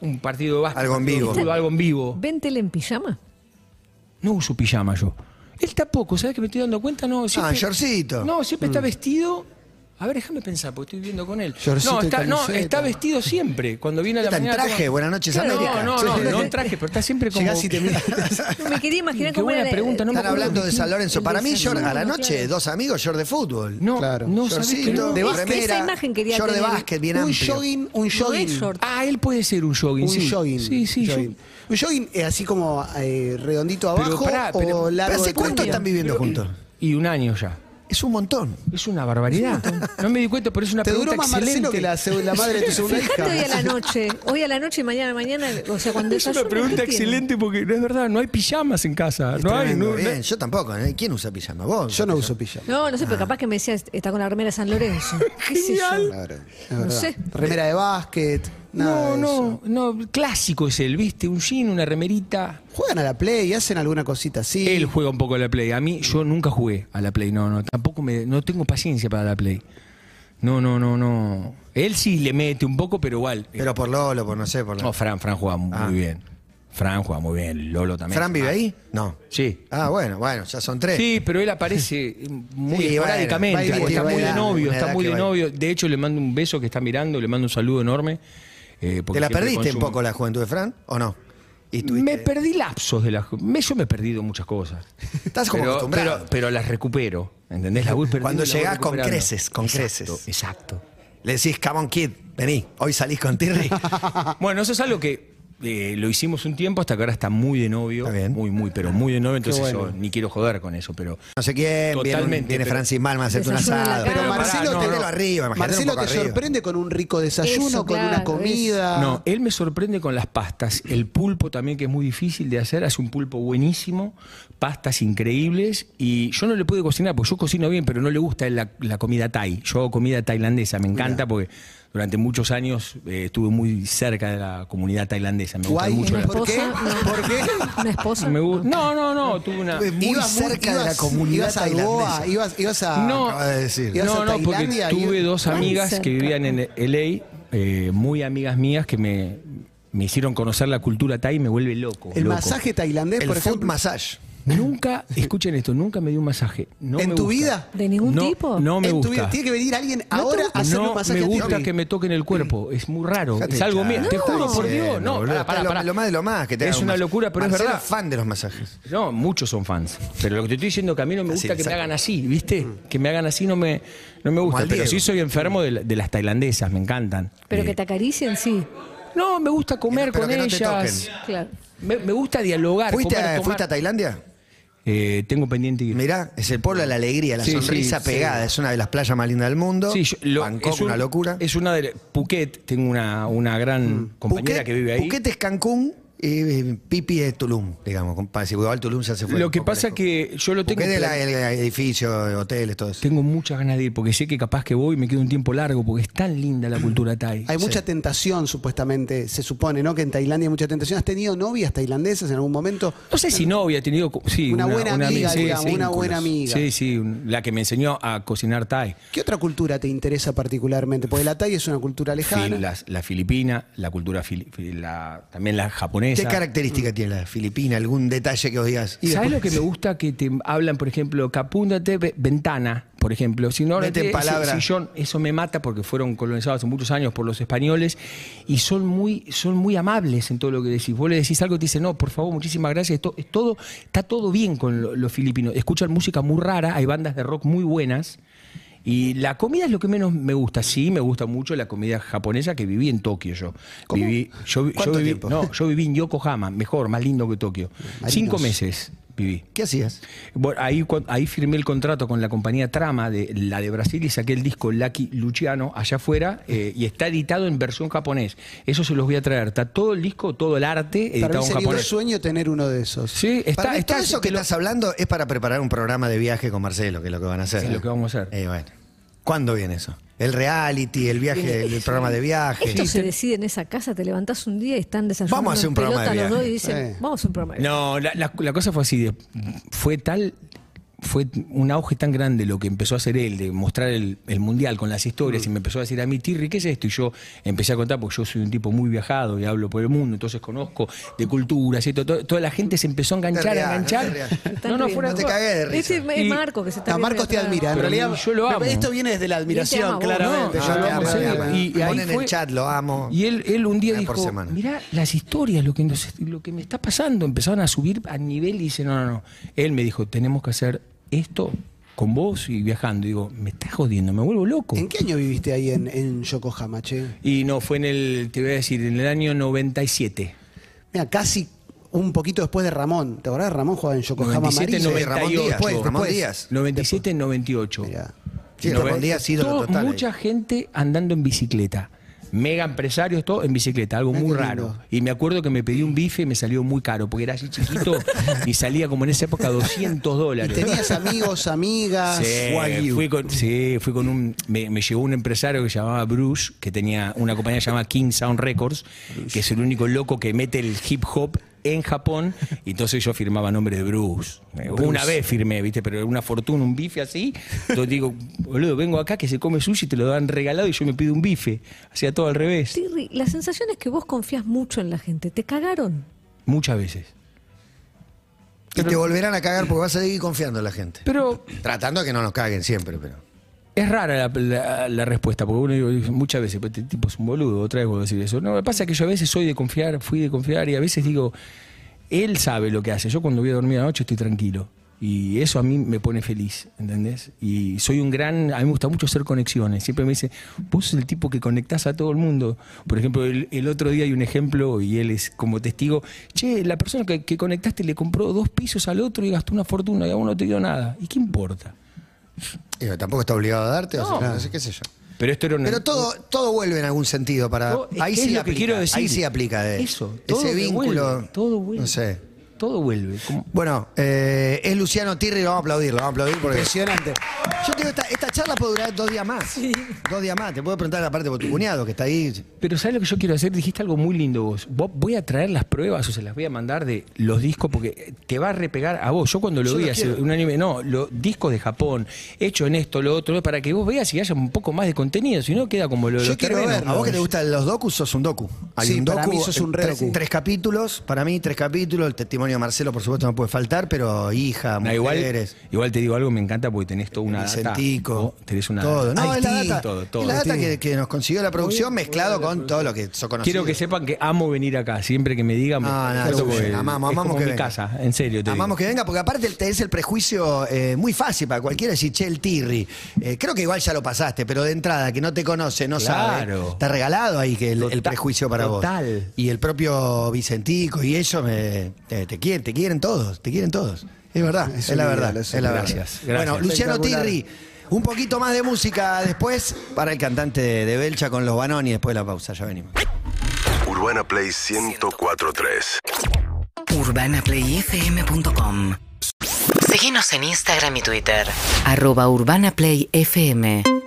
[SPEAKER 3] un partido de básquet,
[SPEAKER 2] Algo en
[SPEAKER 3] un partido de
[SPEAKER 2] vivo.
[SPEAKER 3] fútbol, algo en vivo.
[SPEAKER 1] ¿Ven tele en pijama?
[SPEAKER 3] No uso pijama yo. Él tampoco, ¿sabes que me estoy dando cuenta? No, siempre,
[SPEAKER 5] Ah,
[SPEAKER 2] shortcito.
[SPEAKER 3] No, siempre
[SPEAKER 5] Mm.
[SPEAKER 3] está vestido. A ver, déjame pensar, porque estoy viviendo con él.
[SPEAKER 5] Shortcito
[SPEAKER 3] no,
[SPEAKER 5] y
[SPEAKER 3] está, no,
[SPEAKER 5] camiseta.
[SPEAKER 3] está vestido siempre. Cuando viene a la
[SPEAKER 2] Está en
[SPEAKER 3] mañana
[SPEAKER 2] traje,
[SPEAKER 3] toma-
[SPEAKER 2] Buenas noches,
[SPEAKER 3] Claro,
[SPEAKER 2] América.
[SPEAKER 3] No, no, no, no en traje, pero está siempre como.
[SPEAKER 2] Llegás y te mirás.
[SPEAKER 1] No, me quería imaginar
[SPEAKER 3] Qué
[SPEAKER 1] cómo
[SPEAKER 3] buena
[SPEAKER 1] era.
[SPEAKER 3] pregunta, no me
[SPEAKER 2] Están
[SPEAKER 3] acuerdo.
[SPEAKER 2] hablando de San Lorenzo. Para mí, short a la
[SPEAKER 3] No,
[SPEAKER 2] noche,
[SPEAKER 3] claro.
[SPEAKER 2] dos amigos, short de fútbol.
[SPEAKER 3] No,
[SPEAKER 5] Claro.
[SPEAKER 3] no sabés que
[SPEAKER 2] Shortcito,
[SPEAKER 3] no.
[SPEAKER 5] De
[SPEAKER 1] Esa-
[SPEAKER 5] básquet.
[SPEAKER 2] remera,
[SPEAKER 1] Esa imagen quería
[SPEAKER 2] Short de
[SPEAKER 1] tener.
[SPEAKER 2] básquet, bien
[SPEAKER 5] un
[SPEAKER 2] amplio.
[SPEAKER 5] jogging, un
[SPEAKER 1] No es
[SPEAKER 5] jogging.
[SPEAKER 1] short.
[SPEAKER 3] Ah, él puede ser un jogging,
[SPEAKER 5] Un
[SPEAKER 3] sí.
[SPEAKER 5] jogging.
[SPEAKER 3] Sí, sí, yo-
[SPEAKER 5] jogging. Un jogging eh, así como eh, redondito
[SPEAKER 3] Pero
[SPEAKER 5] abajo
[SPEAKER 3] pará, pero-
[SPEAKER 5] o
[SPEAKER 3] pero
[SPEAKER 5] largo.
[SPEAKER 2] ¿Pero
[SPEAKER 5] de
[SPEAKER 2] hace cuánto
[SPEAKER 5] cuello.
[SPEAKER 2] están viviendo juntos?
[SPEAKER 3] Y un año ya.
[SPEAKER 2] Es un montón.
[SPEAKER 3] Es una barbaridad. No me di cuenta, pero es una
[SPEAKER 5] Te
[SPEAKER 3] pregunta
[SPEAKER 5] duró más
[SPEAKER 3] excelente.
[SPEAKER 5] Marcelo que la, seg- la madre de tu segunda
[SPEAKER 1] Fíjate hoy a
[SPEAKER 5] hija.
[SPEAKER 1] la noche, hoy a la noche y mañana a la mañana, o sea, cuando
[SPEAKER 3] Es una
[SPEAKER 1] desayuno,
[SPEAKER 3] pregunta
[SPEAKER 1] ¿qué tiene?
[SPEAKER 3] excelente porque no es verdad, no hay pijamas en casa.
[SPEAKER 2] Es
[SPEAKER 3] no hay,
[SPEAKER 2] tremendo,
[SPEAKER 3] no-
[SPEAKER 2] bien. Yo tampoco. ¿eh? ¿Quién usa pijama? ¿Vos?
[SPEAKER 5] Yo no uso pijama.
[SPEAKER 1] No, no sé,
[SPEAKER 3] Ah.
[SPEAKER 1] pero capaz que me decías, está con la remera de San Lorenzo. ¿Qué sé yo?
[SPEAKER 5] Claro, es
[SPEAKER 1] No
[SPEAKER 5] verdad.
[SPEAKER 1] sé.
[SPEAKER 5] Remera de básquet.
[SPEAKER 3] No,
[SPEAKER 5] nada de eso.
[SPEAKER 3] no, no, clásico es él, ¿viste? Un jean, una remerita.
[SPEAKER 5] Juegan a la play y hacen alguna cosita así.
[SPEAKER 3] Él juega un poco a la Play. A mí, yo nunca jugué a la Play. No, no, tampoco me. No tengo paciencia para la Play. No, no, no, no. Él sí le mete un poco, pero igual.
[SPEAKER 2] Pero por Lolo, por no sé, por
[SPEAKER 3] No, Fran, Fran juega muy
[SPEAKER 2] Ah.
[SPEAKER 3] bien. Fran juega muy bien. Lolo también.
[SPEAKER 2] ¿Fran vive ahí? No.
[SPEAKER 3] Sí.
[SPEAKER 2] Ah, bueno, bueno, ya son tres.
[SPEAKER 3] Ah. Sí, pero él aparece muy
[SPEAKER 2] Sí, bueno,
[SPEAKER 3] esporádicamente,
[SPEAKER 2] va y
[SPEAKER 3] porque
[SPEAKER 2] viene,
[SPEAKER 3] está
[SPEAKER 2] va y
[SPEAKER 3] muy de
[SPEAKER 2] viene,
[SPEAKER 3] novio,
[SPEAKER 2] una
[SPEAKER 3] está
[SPEAKER 2] edad
[SPEAKER 3] muy
[SPEAKER 2] que
[SPEAKER 3] de
[SPEAKER 2] va y-
[SPEAKER 3] novio. De hecho, le mando un beso que está mirando, le mando un saludo enorme. eh, porque
[SPEAKER 2] ¿Te la
[SPEAKER 3] siempre
[SPEAKER 2] perdiste
[SPEAKER 3] consume-
[SPEAKER 2] un poco la juventud de Fran o no? Y estuviste-
[SPEAKER 3] Me perdí lapsos de las me, Yo me he perdido muchas cosas.
[SPEAKER 2] Estás como
[SPEAKER 3] pero,
[SPEAKER 2] acostumbrado.
[SPEAKER 3] Pero, pero las recupero. ¿Entendés? Las voy perdiendo
[SPEAKER 2] Cuando
[SPEAKER 3] y las
[SPEAKER 2] llegás
[SPEAKER 3] voy
[SPEAKER 2] con
[SPEAKER 3] recuperando.
[SPEAKER 2] creces, con
[SPEAKER 3] Exacto,
[SPEAKER 2] creces.
[SPEAKER 3] Exacto.
[SPEAKER 2] Le decís, come on, kid, vení, hoy salís con Tirri. Ah.
[SPEAKER 3] Bueno, eso es algo que eh, lo hicimos un tiempo hasta que ahora está muy de novio.
[SPEAKER 2] Está bien.
[SPEAKER 3] Muy, muy, pero muy de novio. Entonces
[SPEAKER 5] bueno.
[SPEAKER 3] yo ni quiero joder con eso, pero.
[SPEAKER 2] No sé quién, viene, un-
[SPEAKER 3] Totalmente,
[SPEAKER 2] viene
[SPEAKER 3] pero-
[SPEAKER 2] Francis Malma a hacerte un
[SPEAKER 1] Desayuno en la
[SPEAKER 2] asado.
[SPEAKER 1] cama.
[SPEAKER 5] Pero
[SPEAKER 1] Pero
[SPEAKER 5] Marcelo,
[SPEAKER 2] pará,
[SPEAKER 5] te,
[SPEAKER 2] no, no, arriba, imagínate
[SPEAKER 5] Marcelo
[SPEAKER 2] un
[SPEAKER 5] te
[SPEAKER 2] poco arriba.
[SPEAKER 5] sorprende con un rico desayuno,
[SPEAKER 1] Eso,
[SPEAKER 5] con
[SPEAKER 1] claro,
[SPEAKER 5] una
[SPEAKER 1] eso.
[SPEAKER 5] comida.
[SPEAKER 3] No, él me sorprende con las pastas. El pulpo también, que es muy difícil de hacer, hace un pulpo buenísimo, pastas increíbles. Y yo no le pude cocinar, porque yo cocino bien, pero no le gusta la, la comida thai. Yo hago comida tailandesa, me encanta, porque durante muchos años eh, estuve muy cerca de la comunidad tailandesa. Me gusta
[SPEAKER 5] Guay,
[SPEAKER 3] mucho
[SPEAKER 1] ¿Una
[SPEAKER 3] la-
[SPEAKER 5] ¿Por qué?
[SPEAKER 1] esposa? No.
[SPEAKER 5] ¿Por qué?
[SPEAKER 1] ¿Una esposa?
[SPEAKER 3] Me gu- No, no, no, tuve una.
[SPEAKER 2] Muy cerca de la comunidad
[SPEAKER 5] ibas a Goa,
[SPEAKER 2] tailandesa.
[SPEAKER 5] ibas, ibas a
[SPEAKER 3] No.
[SPEAKER 2] Acaba de decir.
[SPEAKER 5] ibas
[SPEAKER 3] No,
[SPEAKER 5] a
[SPEAKER 3] no, porque
[SPEAKER 5] Tailandia y-
[SPEAKER 3] tuve dos
[SPEAKER 1] Tan
[SPEAKER 3] amigas que
[SPEAKER 1] cerca.
[SPEAKER 3] vivían en LA, eh, muy amigas mías, que me, me hicieron conocer la cultura thai y me vuelve loco.
[SPEAKER 5] el
[SPEAKER 3] loco.
[SPEAKER 5] masaje tailandés,
[SPEAKER 2] El
[SPEAKER 5] por
[SPEAKER 2] food
[SPEAKER 5] ejemplo.
[SPEAKER 2] massage.
[SPEAKER 3] Nunca, escuchen esto, nunca me dio un masaje. No
[SPEAKER 5] ¿En
[SPEAKER 3] me
[SPEAKER 5] tu
[SPEAKER 3] gusta.
[SPEAKER 5] vida?
[SPEAKER 1] ¿De ningún
[SPEAKER 3] No,
[SPEAKER 1] tipo?
[SPEAKER 3] No me
[SPEAKER 5] En tu
[SPEAKER 3] gusta.
[SPEAKER 5] vida, tiene que venir alguien ahora a hacer
[SPEAKER 3] no
[SPEAKER 5] un masaje
[SPEAKER 3] me
[SPEAKER 5] a ti.
[SPEAKER 3] gusta que me toquen el cuerpo, es muy raro.
[SPEAKER 2] Dejate
[SPEAKER 3] es algo
[SPEAKER 2] hinchar.
[SPEAKER 3] mío. Te
[SPEAKER 2] No.
[SPEAKER 3] juro por
[SPEAKER 2] Diciendo,
[SPEAKER 3] Dios. No,
[SPEAKER 2] boludo,
[SPEAKER 3] pará, pará,
[SPEAKER 2] lo-
[SPEAKER 3] pará.
[SPEAKER 2] Lo, más de lo más que te
[SPEAKER 3] Es
[SPEAKER 2] hagan un
[SPEAKER 3] una
[SPEAKER 2] masaje.
[SPEAKER 3] locura, pero es
[SPEAKER 2] Marcelo
[SPEAKER 3] verdad.
[SPEAKER 2] fan de los masajes.
[SPEAKER 3] No, muchos son fans. Pero lo que te estoy diciendo que a mí no me
[SPEAKER 2] Así,
[SPEAKER 3] gusta que me
[SPEAKER 2] exacto. Mm.
[SPEAKER 3] hagan así, ¿viste? Que me hagan así no me, no me gusta.
[SPEAKER 2] al
[SPEAKER 3] Pero
[SPEAKER 2] Diego.
[SPEAKER 3] sí soy enfermo de, la- de las tailandesas, me encantan.
[SPEAKER 1] Pero
[SPEAKER 3] Eh,
[SPEAKER 1] que te acaricien, sí.
[SPEAKER 3] No, me gusta comer
[SPEAKER 2] Pero
[SPEAKER 3] con
[SPEAKER 2] que no te
[SPEAKER 3] ellas.
[SPEAKER 1] Claro.
[SPEAKER 3] me, me gusta dialogar.
[SPEAKER 2] ¿Fuiste,
[SPEAKER 3] comer,
[SPEAKER 2] a,
[SPEAKER 3] tomar.
[SPEAKER 2] ¿Fuiste a Tailandia?
[SPEAKER 3] Eh, tengo pendiente ir.
[SPEAKER 2] Mirá, es el pueblo de la alegría, la
[SPEAKER 3] Sí,
[SPEAKER 2] sonrisa
[SPEAKER 3] sí,
[SPEAKER 2] pegada. Es una de las playas más lindas del mundo.
[SPEAKER 3] Sí, yo- lo-
[SPEAKER 2] Bangkok,
[SPEAKER 3] es un-
[SPEAKER 2] una locura. Mm.
[SPEAKER 3] Es una de Phuket, tengo una, una gran compañera
[SPEAKER 2] Phuket-
[SPEAKER 3] que vive ahí.
[SPEAKER 2] Phuket es Cancún, eh, Pipi es Tulum, digamos. compa- Si igual Tulum ya se fue.
[SPEAKER 3] Lo
[SPEAKER 2] un
[SPEAKER 3] que
[SPEAKER 2] poco
[SPEAKER 3] pasa
[SPEAKER 2] lejos.
[SPEAKER 3] que yo lo tengo
[SPEAKER 2] Phuket es
[SPEAKER 3] plan-
[SPEAKER 2] la- E. el edificio, hoteles, todo eso.
[SPEAKER 3] Tengo muchas ganas de ir porque sé que capaz que voy y me quedo un tiempo largo porque es tan linda la cultura Thai.
[SPEAKER 5] Hay mucha tentación, supuestamente, se supone, ¿no? Que en Tailandia hay mucha tentación. ¿Has tenido novias tailandesas en algún momento?
[SPEAKER 3] No sé si novia, he tenido co- sí,
[SPEAKER 5] Una buena amiga,
[SPEAKER 3] sí,
[SPEAKER 5] digamos, una buena amiga.
[SPEAKER 3] Sí, sí, un- la que me enseñó a cocinar Thai.
[SPEAKER 5] ¿Qué otra cultura te interesa particularmente? Porque la Thai es una cultura lejana.
[SPEAKER 3] Fil- las- la, filipina, la cultura fili- fil- la- también la
[SPEAKER 2] ¿Qué
[SPEAKER 3] japonesa.
[SPEAKER 2] característica tiene la Filipina? ¿Algún detalle que os digas?
[SPEAKER 3] ¿Sabes lo que me gusta? Que te hablan, por ejemplo, capúndate, ve- ventana, por ejemplo. Si no,
[SPEAKER 2] Meten
[SPEAKER 3] ese
[SPEAKER 2] palabra.
[SPEAKER 3] sillón, eso me mata porque fueron colonizados hace muchos años por los españoles y son muy, son muy amables en todo lo que decís. Vos le decís algo y te dicen, no, por favor, muchísimas gracias. Esto, es todo, está todo bien con lo- los filipinos. Escuchan música muy rara, hay bandas de rock muy buenas. Y la comida es lo que menos me gusta. Sí, me gusta mucho la comida japonesa que viví en Tokio yo.
[SPEAKER 5] ¿Cómo?
[SPEAKER 3] Viví, yo, vi- yo
[SPEAKER 5] ¿Cuánto
[SPEAKER 3] viví,
[SPEAKER 5] tiempo?
[SPEAKER 3] no, yo viví en Yokohama, mejor, más lindo que Tokio.
[SPEAKER 5] Marinos.
[SPEAKER 3] Cinco meses viví.
[SPEAKER 2] ¿Qué hacías?
[SPEAKER 3] Bueno, ahí, cua- ahí firmé el contrato con la compañía Trama, de, la de Brasil, y saqué el disco Lucky Luciano allá afuera, eh, y está editado en versión japonés. Eso se los voy a traer. Está todo el disco, todo el arte
[SPEAKER 5] Para
[SPEAKER 3] editado
[SPEAKER 5] mí
[SPEAKER 3] en
[SPEAKER 5] sería un
[SPEAKER 3] japonés.
[SPEAKER 5] sueño tener uno de esos.
[SPEAKER 3] Sí, está,
[SPEAKER 2] para mí,
[SPEAKER 3] está-
[SPEAKER 2] todo eso que
[SPEAKER 3] te lo-
[SPEAKER 2] estás hablando es para preparar un programa de viaje con Marcelo, que es lo que van a hacer.
[SPEAKER 3] Es lo que vamos a hacer.
[SPEAKER 2] Eh, bueno. ¿Cuándo viene eso? El reality, el viaje, el programa de viaje.
[SPEAKER 1] Esto se decide en esa casa, te levantás un día y están desayunando.
[SPEAKER 2] Vamos a hacer
[SPEAKER 1] en
[SPEAKER 2] un programa de
[SPEAKER 1] pelota los
[SPEAKER 2] viaje.
[SPEAKER 1] dos y dicen,
[SPEAKER 5] Eh.
[SPEAKER 1] vamos a hacer un programa de viaje.
[SPEAKER 3] No, la, la- la cosa fue así. de- fue tal. Fue un auge tan grande lo que empezó a hacer él, de mostrar el, el mundial con las historias, y me empezó a decir a mí, Tirri, ¿qué es esto? Y yo empecé a contar, porque yo soy un tipo muy viajado y hablo por el mundo, entonces conozco de culturas, y to- to- toda la gente se empezó a enganchar,
[SPEAKER 2] reas,
[SPEAKER 3] a
[SPEAKER 2] no te
[SPEAKER 3] enganchar.
[SPEAKER 2] reas.
[SPEAKER 1] Están
[SPEAKER 3] No, no,
[SPEAKER 1] riendo.
[SPEAKER 3] fuera de
[SPEAKER 2] No te
[SPEAKER 3] joda.
[SPEAKER 2] cagues de risa.
[SPEAKER 1] Este es- es
[SPEAKER 3] Y-
[SPEAKER 1] Marco que se está
[SPEAKER 5] A
[SPEAKER 1] riendo
[SPEAKER 5] Marcos te
[SPEAKER 1] atrás.
[SPEAKER 5] admira, en
[SPEAKER 3] Pero
[SPEAKER 5] realidad.
[SPEAKER 3] yo lo
[SPEAKER 5] me-
[SPEAKER 3] amo.
[SPEAKER 5] Esto viene desde la admiración,
[SPEAKER 1] vos,
[SPEAKER 5] claramente.
[SPEAKER 1] no.
[SPEAKER 5] Yo
[SPEAKER 3] Ah,
[SPEAKER 5] lo
[SPEAKER 2] te
[SPEAKER 5] amo,
[SPEAKER 2] amo,
[SPEAKER 3] sí.
[SPEAKER 5] te
[SPEAKER 2] te
[SPEAKER 5] amo.
[SPEAKER 2] amo.
[SPEAKER 3] Y- y ahí
[SPEAKER 2] Ponen
[SPEAKER 3] fue-
[SPEAKER 2] el chat, lo amo.
[SPEAKER 3] Y él, él un día
[SPEAKER 2] Una por
[SPEAKER 3] dijo,
[SPEAKER 2] semana.
[SPEAKER 3] mirá las historias, lo que, nos- lo que me está pasando. Empezaron a subir a nivel y dice, no, no, no. Él me dijo, tenemos que hacer esto con vos y viajando. Y digo, me estás jodiendo, me vuelvo loco.
[SPEAKER 5] ¿En qué año viviste ahí en, en Yokohama, che?
[SPEAKER 3] Y no, fue en el, te voy a decir, en el año 97.
[SPEAKER 5] Mira, casi un poquito después de Ramón. ¿Te acordás? Ramón jugaba en Yokohama
[SPEAKER 3] 97,
[SPEAKER 2] Sí,
[SPEAKER 5] Marino.
[SPEAKER 2] Ramón
[SPEAKER 3] 98.
[SPEAKER 2] Díaz.
[SPEAKER 5] Después,
[SPEAKER 2] Ramón
[SPEAKER 5] después.
[SPEAKER 2] Díaz.
[SPEAKER 3] 97, 98.
[SPEAKER 5] Mirá.
[SPEAKER 2] Sí, Ramón Díaz, ídolo
[SPEAKER 3] Todo-
[SPEAKER 5] eh.
[SPEAKER 2] total. ahí.
[SPEAKER 3] Mucha gente andando en bicicleta. Mega empresarios, todo en bicicleta, algo
[SPEAKER 5] Mirá
[SPEAKER 3] muy
[SPEAKER 5] qué
[SPEAKER 3] raro.
[SPEAKER 5] lindo.
[SPEAKER 3] Y me acuerdo que me pedí un bife y me salió muy caro, porque era así chiquito y salía como en esa época 200
[SPEAKER 5] ¿Y
[SPEAKER 3] dólares.
[SPEAKER 5] tenías amigos, amigas?
[SPEAKER 3] Sí, fui con, sí, fui con un. Me, me llevó un empresario que se llamaba Bruce, que tenía una compañía llamada King Sound Records, que es el único loco que mete el hip hop en Japón. Y entonces yo firmaba nombre de Bruce. Eh, Una vez firmé, ¿viste? Pero era una fortuna, un bife así. Entonces digo, boludo, vengo acá que se come sushi, te lo dan regalado y yo me pido un bife. Hacía todo al revés.
[SPEAKER 1] Tirri, la sensación es que vos confías mucho en la gente. Te cagaron.
[SPEAKER 3] Muchas veces.
[SPEAKER 2] Y te volverán a cagar porque vas a seguir confiando en la gente.
[SPEAKER 3] Pero
[SPEAKER 2] Tratando de que no nos caguen siempre, pero.
[SPEAKER 3] Es rara la, la- la respuesta, porque uno digo, muchas veces, pero este tipo es un boludo, otra vez vuelvo a decir eso. No, me pasa que yo a veces soy de confiar, fui de confiar y a veces digo, él sabe lo que hace. Yo cuando voy a dormir anoche estoy tranquilo. Y eso a mí me pone feliz, ¿entendés? Y soy un gran, a mí me gusta mucho hacer conexiones. Siempre me dice, vos sos el tipo que conectás a todo el mundo. Por ejemplo, el, el otro día hay un ejemplo y él es como testigo, che, la persona que, que conectaste le compró dos pisos al otro y gastó una fortuna y a uno no te dio nada. ¿Y qué importa?
[SPEAKER 2] digo, tampoco está obligado a darte, o sea, no sé qué sé yo.
[SPEAKER 3] Pero esto era una,
[SPEAKER 2] Pero todo, todo vuelve en algún sentido para.
[SPEAKER 3] Todo- es
[SPEAKER 2] ahí
[SPEAKER 3] que es
[SPEAKER 2] sí
[SPEAKER 3] lo que
[SPEAKER 2] aplica.
[SPEAKER 3] quiero decir.
[SPEAKER 2] Ahí sí aplica de-
[SPEAKER 3] Eso, todo
[SPEAKER 2] ese
[SPEAKER 3] que
[SPEAKER 2] vínculo.
[SPEAKER 3] vuelve, todo vuelve.
[SPEAKER 2] No sé.
[SPEAKER 3] Todo vuelve. como-
[SPEAKER 2] Bueno, eh, es Luciano Tirri, lo vamos a aplaudir, lo vamos a aplaudir porque.
[SPEAKER 5] Impresionante.
[SPEAKER 2] Yo te digo, esta, esta charla puede durar dos días más. Dos días más. Te puedo preguntar aparte por tu cuñado que está ahí.
[SPEAKER 3] Pero ¿sabes lo que yo quiero hacer? Dijiste algo muy lindo vos. Vos- Voy a traer las pruebas o se las voy a mandar de los discos porque te va a repegar a vos. Yo cuando lo
[SPEAKER 2] Yo
[SPEAKER 3] vi
[SPEAKER 2] lo
[SPEAKER 3] hace
[SPEAKER 2] quiero.
[SPEAKER 3] un anime, no, los discos de Japón, hecho en esto, lo otro, para que vos veas y haya un poco más de contenido, si no queda como lo de
[SPEAKER 5] Yo
[SPEAKER 3] los
[SPEAKER 5] quiero
[SPEAKER 3] terrenos.
[SPEAKER 5] verlo.
[SPEAKER 2] A vos que te gustan los docus, sos un docu.
[SPEAKER 5] Sí,
[SPEAKER 2] un
[SPEAKER 5] para mí sos un re
[SPEAKER 2] tres,
[SPEAKER 5] docu.
[SPEAKER 2] tres capítulos, para mí tres capítulos. El testimonio de Marcelo, por supuesto, no puede faltar, pero hija,
[SPEAKER 3] No, igual,
[SPEAKER 2] mujeres.
[SPEAKER 3] igual te digo algo, me encanta porque tenés toda una data.
[SPEAKER 2] Vicentico,
[SPEAKER 3] Vos tenés una
[SPEAKER 2] todo.
[SPEAKER 3] data.
[SPEAKER 2] No, es la
[SPEAKER 3] Haití,
[SPEAKER 2] data,
[SPEAKER 3] todo, todo.
[SPEAKER 2] es la data que, que nos consiguió la producción mezclado con todo lo que sos conocido.
[SPEAKER 3] Quiero que sepan que amo venir acá. Siempre que me digan, me-
[SPEAKER 2] Ah, no,
[SPEAKER 3] Esto
[SPEAKER 2] no,
[SPEAKER 3] porque
[SPEAKER 2] amamos,
[SPEAKER 3] es
[SPEAKER 2] amamos
[SPEAKER 3] como
[SPEAKER 2] que
[SPEAKER 3] mi
[SPEAKER 2] venga.
[SPEAKER 3] casa, en serio. Te
[SPEAKER 2] Amamos
[SPEAKER 3] digo.
[SPEAKER 2] que venga, porque aparte el- es el prejuicio eh, muy fácil para cualquiera decir, che, el tirri. Eh, creo que igual ya lo pasaste, pero de entrada, que no te conoce, no
[SPEAKER 3] Claro.
[SPEAKER 2] sabe. Está regalado ahí que el, el
[SPEAKER 3] Total-
[SPEAKER 2] prejuicio para vos.
[SPEAKER 3] total.
[SPEAKER 2] Y el propio Vicentico y ellos me- te, te quieren, te quieren todos, te quieren todos. Es verdad, es,
[SPEAKER 5] Es
[SPEAKER 2] la
[SPEAKER 5] un
[SPEAKER 2] verdad.
[SPEAKER 5] ídolo, es
[SPEAKER 2] es
[SPEAKER 5] un
[SPEAKER 2] la
[SPEAKER 5] ídolo.
[SPEAKER 2] verdad.
[SPEAKER 3] Gracias, gracias.
[SPEAKER 2] Bueno, Luciano
[SPEAKER 5] Espectacular.
[SPEAKER 2] Tirri, un poquito más de música después para el cantante de Belcha con los Banoni, después de la pausa, ya venimos.
[SPEAKER 6] Urbana Play 1043.
[SPEAKER 7] UrbanaPlayFM.com Síguenos en Instagram y Twitter. Arroba UrbanaPlayFM.